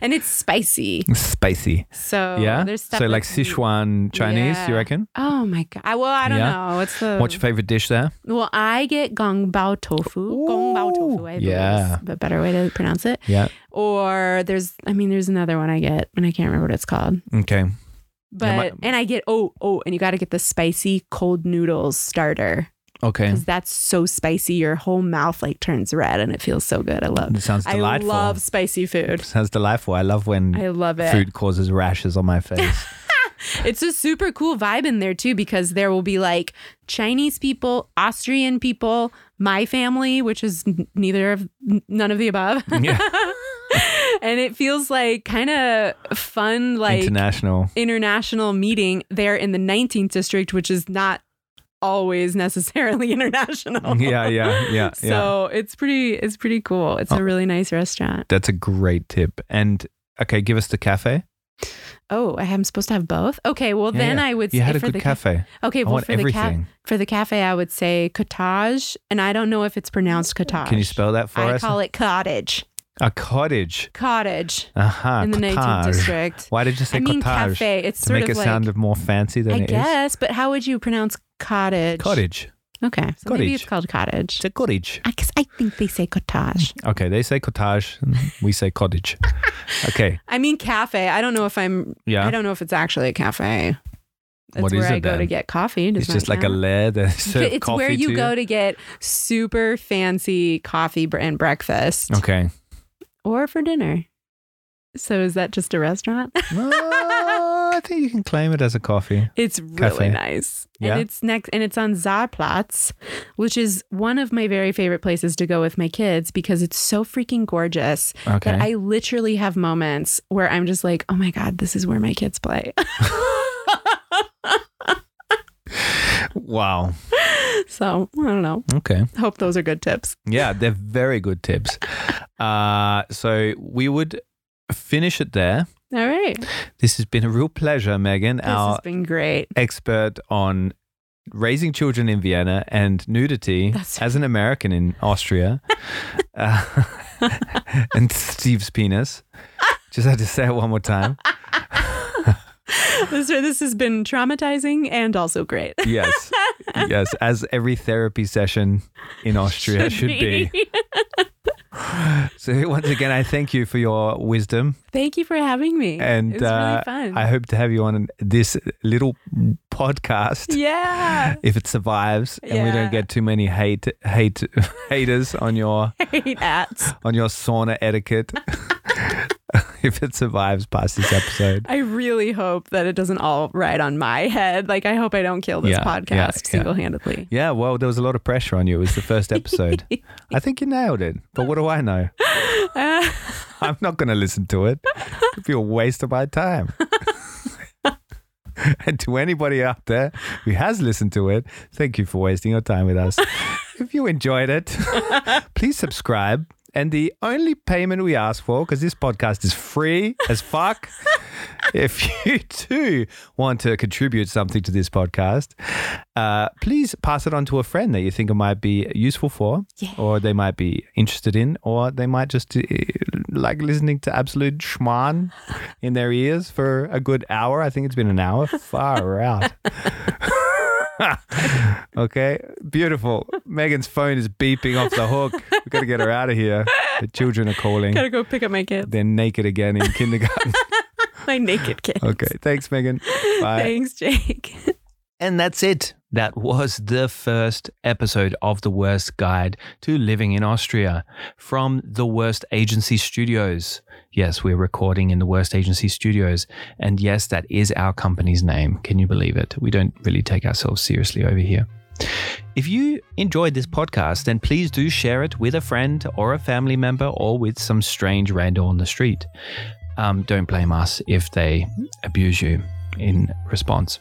[SPEAKER 4] And it's spicy.
[SPEAKER 2] Spicy.
[SPEAKER 4] So
[SPEAKER 2] yeah.
[SPEAKER 4] Oh, there's stuff
[SPEAKER 2] so like
[SPEAKER 4] that's-
[SPEAKER 2] Sichuan Chinese,
[SPEAKER 4] Yeah.
[SPEAKER 2] you reckon?
[SPEAKER 4] Oh my god! I- Well, I don't
[SPEAKER 2] Yeah.
[SPEAKER 4] know. What's the
[SPEAKER 2] What's your favorite dish there?
[SPEAKER 4] well? I get gong bao tofu. Gong bao tofu. I think
[SPEAKER 2] Yeah.
[SPEAKER 4] is the better way to pronounce it.
[SPEAKER 2] Yeah.
[SPEAKER 4] Or there's, I mean, there's another one I get, and I can't remember what it's called.
[SPEAKER 2] Mm. Okay.
[SPEAKER 4] But
[SPEAKER 2] Yeah, my-
[SPEAKER 4] and I get oh oh and you got to get the spicy cold noodles starter
[SPEAKER 2] Okay.
[SPEAKER 4] because that's so spicy your whole mouth like turns red and it feels so good. I love.
[SPEAKER 2] It sounds
[SPEAKER 4] I
[SPEAKER 2] delightful.
[SPEAKER 4] love spicy food.
[SPEAKER 2] sounds delightful. I love when
[SPEAKER 4] I love it.
[SPEAKER 2] food causes rashes on my face.
[SPEAKER 4] It's a super cool vibe in there too because there will be like Chinese people, Austrian people, my family, which is n- neither of n- none of the above.
[SPEAKER 2] yeah.
[SPEAKER 4] and it feels like kind of fun like
[SPEAKER 2] International.
[SPEAKER 4] international meeting there in the 19th district, which is not always necessarily international.
[SPEAKER 2] Yeah, Oh. yeah, yeah,
[SPEAKER 4] So it's pretty it's pretty cool. It's a really nice restaurant.
[SPEAKER 2] That's a great tip. And okay, give us the cafe.
[SPEAKER 4] Oh, I am supposed to have both. Okay, well
[SPEAKER 2] Yeah,
[SPEAKER 4] then
[SPEAKER 2] yeah.
[SPEAKER 4] I would
[SPEAKER 2] You
[SPEAKER 4] say
[SPEAKER 2] had a
[SPEAKER 4] for
[SPEAKER 2] good
[SPEAKER 4] the ca-
[SPEAKER 2] cafe.
[SPEAKER 4] Okay,
[SPEAKER 2] I
[SPEAKER 4] well
[SPEAKER 2] want
[SPEAKER 4] for the cat
[SPEAKER 2] everything.
[SPEAKER 4] for the cafe I would say cottage and I don't know if it's pronounced cottage.
[SPEAKER 2] Can you spell that for
[SPEAKER 4] I
[SPEAKER 2] us?
[SPEAKER 4] call it cottage.
[SPEAKER 2] a cottage.
[SPEAKER 4] Cottage
[SPEAKER 2] Aha.
[SPEAKER 4] in the 19th
[SPEAKER 2] cottage.
[SPEAKER 4] district.
[SPEAKER 2] Why did you say
[SPEAKER 4] I mean
[SPEAKER 2] cottage?
[SPEAKER 4] cafe. It's
[SPEAKER 2] to
[SPEAKER 4] sort
[SPEAKER 2] make
[SPEAKER 4] of
[SPEAKER 2] it
[SPEAKER 4] like
[SPEAKER 2] sound more fancy than
[SPEAKER 4] I
[SPEAKER 2] it is.
[SPEAKER 4] guess, but how would you pronounce cottage?
[SPEAKER 2] Cottage.
[SPEAKER 4] Okay. So maybe it's
[SPEAKER 2] Cottage.
[SPEAKER 4] called cottage.
[SPEAKER 2] It's a cottage.
[SPEAKER 4] I guess I think they say cottage.
[SPEAKER 2] Okay, they say cottage, we say cottage. Okay,
[SPEAKER 4] I mean cafe. I don't know if I'm.
[SPEAKER 2] Yeah.
[SPEAKER 4] I don't know if it's actually a cafe. That's
[SPEAKER 2] What
[SPEAKER 4] where
[SPEAKER 2] is
[SPEAKER 4] I
[SPEAKER 2] it
[SPEAKER 4] go
[SPEAKER 2] then?
[SPEAKER 4] to get coffee. Does
[SPEAKER 2] it's
[SPEAKER 4] that
[SPEAKER 2] just like a
[SPEAKER 4] count?
[SPEAKER 2] lair that
[SPEAKER 4] But
[SPEAKER 2] serves
[SPEAKER 4] it's
[SPEAKER 2] coffee
[SPEAKER 4] where you
[SPEAKER 2] to
[SPEAKER 4] go to get super fancy coffee br- and breakfast,
[SPEAKER 2] Okay.
[SPEAKER 4] or for dinner. So is that just a restaurant?
[SPEAKER 2] Well, I think you can claim it as a coffee.
[SPEAKER 4] It's really
[SPEAKER 2] Cafe.
[SPEAKER 4] nice.
[SPEAKER 2] Yeah.
[SPEAKER 4] And it's next and it's on Saarplatz, which is one of my very favorite places to go with my kids because it's so freaking gorgeous
[SPEAKER 2] Okay.
[SPEAKER 4] that I literally have moments where I'm just like, "Oh my god, this is where my kids play."
[SPEAKER 2] wow.
[SPEAKER 4] so, I don't know.
[SPEAKER 2] Okay.
[SPEAKER 4] Hope those are good tips.
[SPEAKER 2] Yeah, they're very good tips. Uh, so we would finish it there.
[SPEAKER 4] All right.
[SPEAKER 2] This has been a real pleasure, Megan,
[SPEAKER 4] This
[SPEAKER 2] our
[SPEAKER 4] has been great.
[SPEAKER 2] expert on raising children in Vienna and nudity
[SPEAKER 4] That's-
[SPEAKER 2] as an American in Austria, uh, and Steve's penis. Just had to say it one more time.
[SPEAKER 4] This this has been traumatizing and also great.
[SPEAKER 2] Yes. Yes. As every therapy session in Austria should, be. So, once again, I thank you for your wisdom.
[SPEAKER 4] Thank you for having me.
[SPEAKER 2] And
[SPEAKER 4] it was
[SPEAKER 2] uh,
[SPEAKER 4] really fun.
[SPEAKER 2] I hope to have you on this little podcast
[SPEAKER 4] yeah.
[SPEAKER 2] if it survives and we
[SPEAKER 4] Yeah.
[SPEAKER 2] don't get too many hate hate haters on your
[SPEAKER 4] Hate ats.
[SPEAKER 2] on your sauna etiquette if it survives past this episode.
[SPEAKER 4] I really hope that it doesn't all ride on my head. Like I hope I don't kill this
[SPEAKER 2] Yeah,
[SPEAKER 4] podcast
[SPEAKER 2] yeah, yeah.
[SPEAKER 4] single-handedly.
[SPEAKER 2] Yeah, well, there was a lot of pressure on you. It was the first episode. I think you nailed it, but what do I know?
[SPEAKER 4] Uh,
[SPEAKER 2] I'm not going to listen to it. It'd be a waste of my time. and to anybody out there who has listened to it, thank you for wasting your time with us. if you enjoyed it, please subscribe. And the only payment we ask for, because this podcast is free as fuck, if you too want to contribute something to this podcast, uh, please pass it on to a friend that you think it might be useful for, or they might be interested in, or they might just uh, like listening to absolute schmarn in their ears for a good hour. I think it's been an hour. Far out. okay, beautiful. Megan's phone is beeping off the hook. We've got to get her out of here. The children are calling.
[SPEAKER 4] gotta go pick up my kid,
[SPEAKER 2] They're naked again in kindergarten.
[SPEAKER 4] my naked kid.
[SPEAKER 2] Okay. Thanks, Megan. Bye.
[SPEAKER 4] Thanks, Jake.
[SPEAKER 3] And that's it. That was the first episode of The Worst Guide to Living in Austria from The Worst Agency Studios. Yes, we're recording in The Worst Agency Studios. And yes, that is our company's name. Can you believe it? We don't really take ourselves seriously over here. If you enjoyed this podcast, then please do share it with a friend or a family member or with some strange rando on the street. Um, don't blame us if they abuse you in response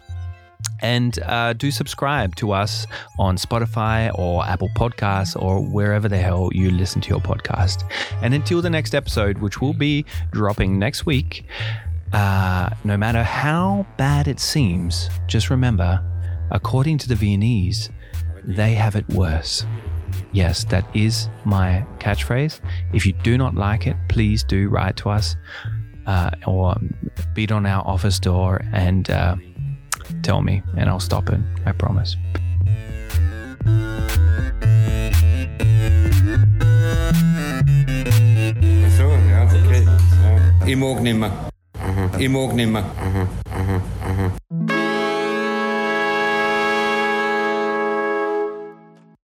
[SPEAKER 3] and uh, do subscribe to us on Spotify or Apple Podcasts or wherever the hell you listen to your podcast. And until the next episode, which will be dropping next week, uh, no matter how bad it seems, just remember, according to the Viennese, they have it worse. Yes, that is my catchphrase. If you do not like it, please do write to us uh, or beat on our office door and. Uh, tell me and I'll stop it. I promise.
[SPEAKER 1] Ach so, ja, okay. Ja. Ich mag nimmer. Aha. Ich mag nimmer. Aha.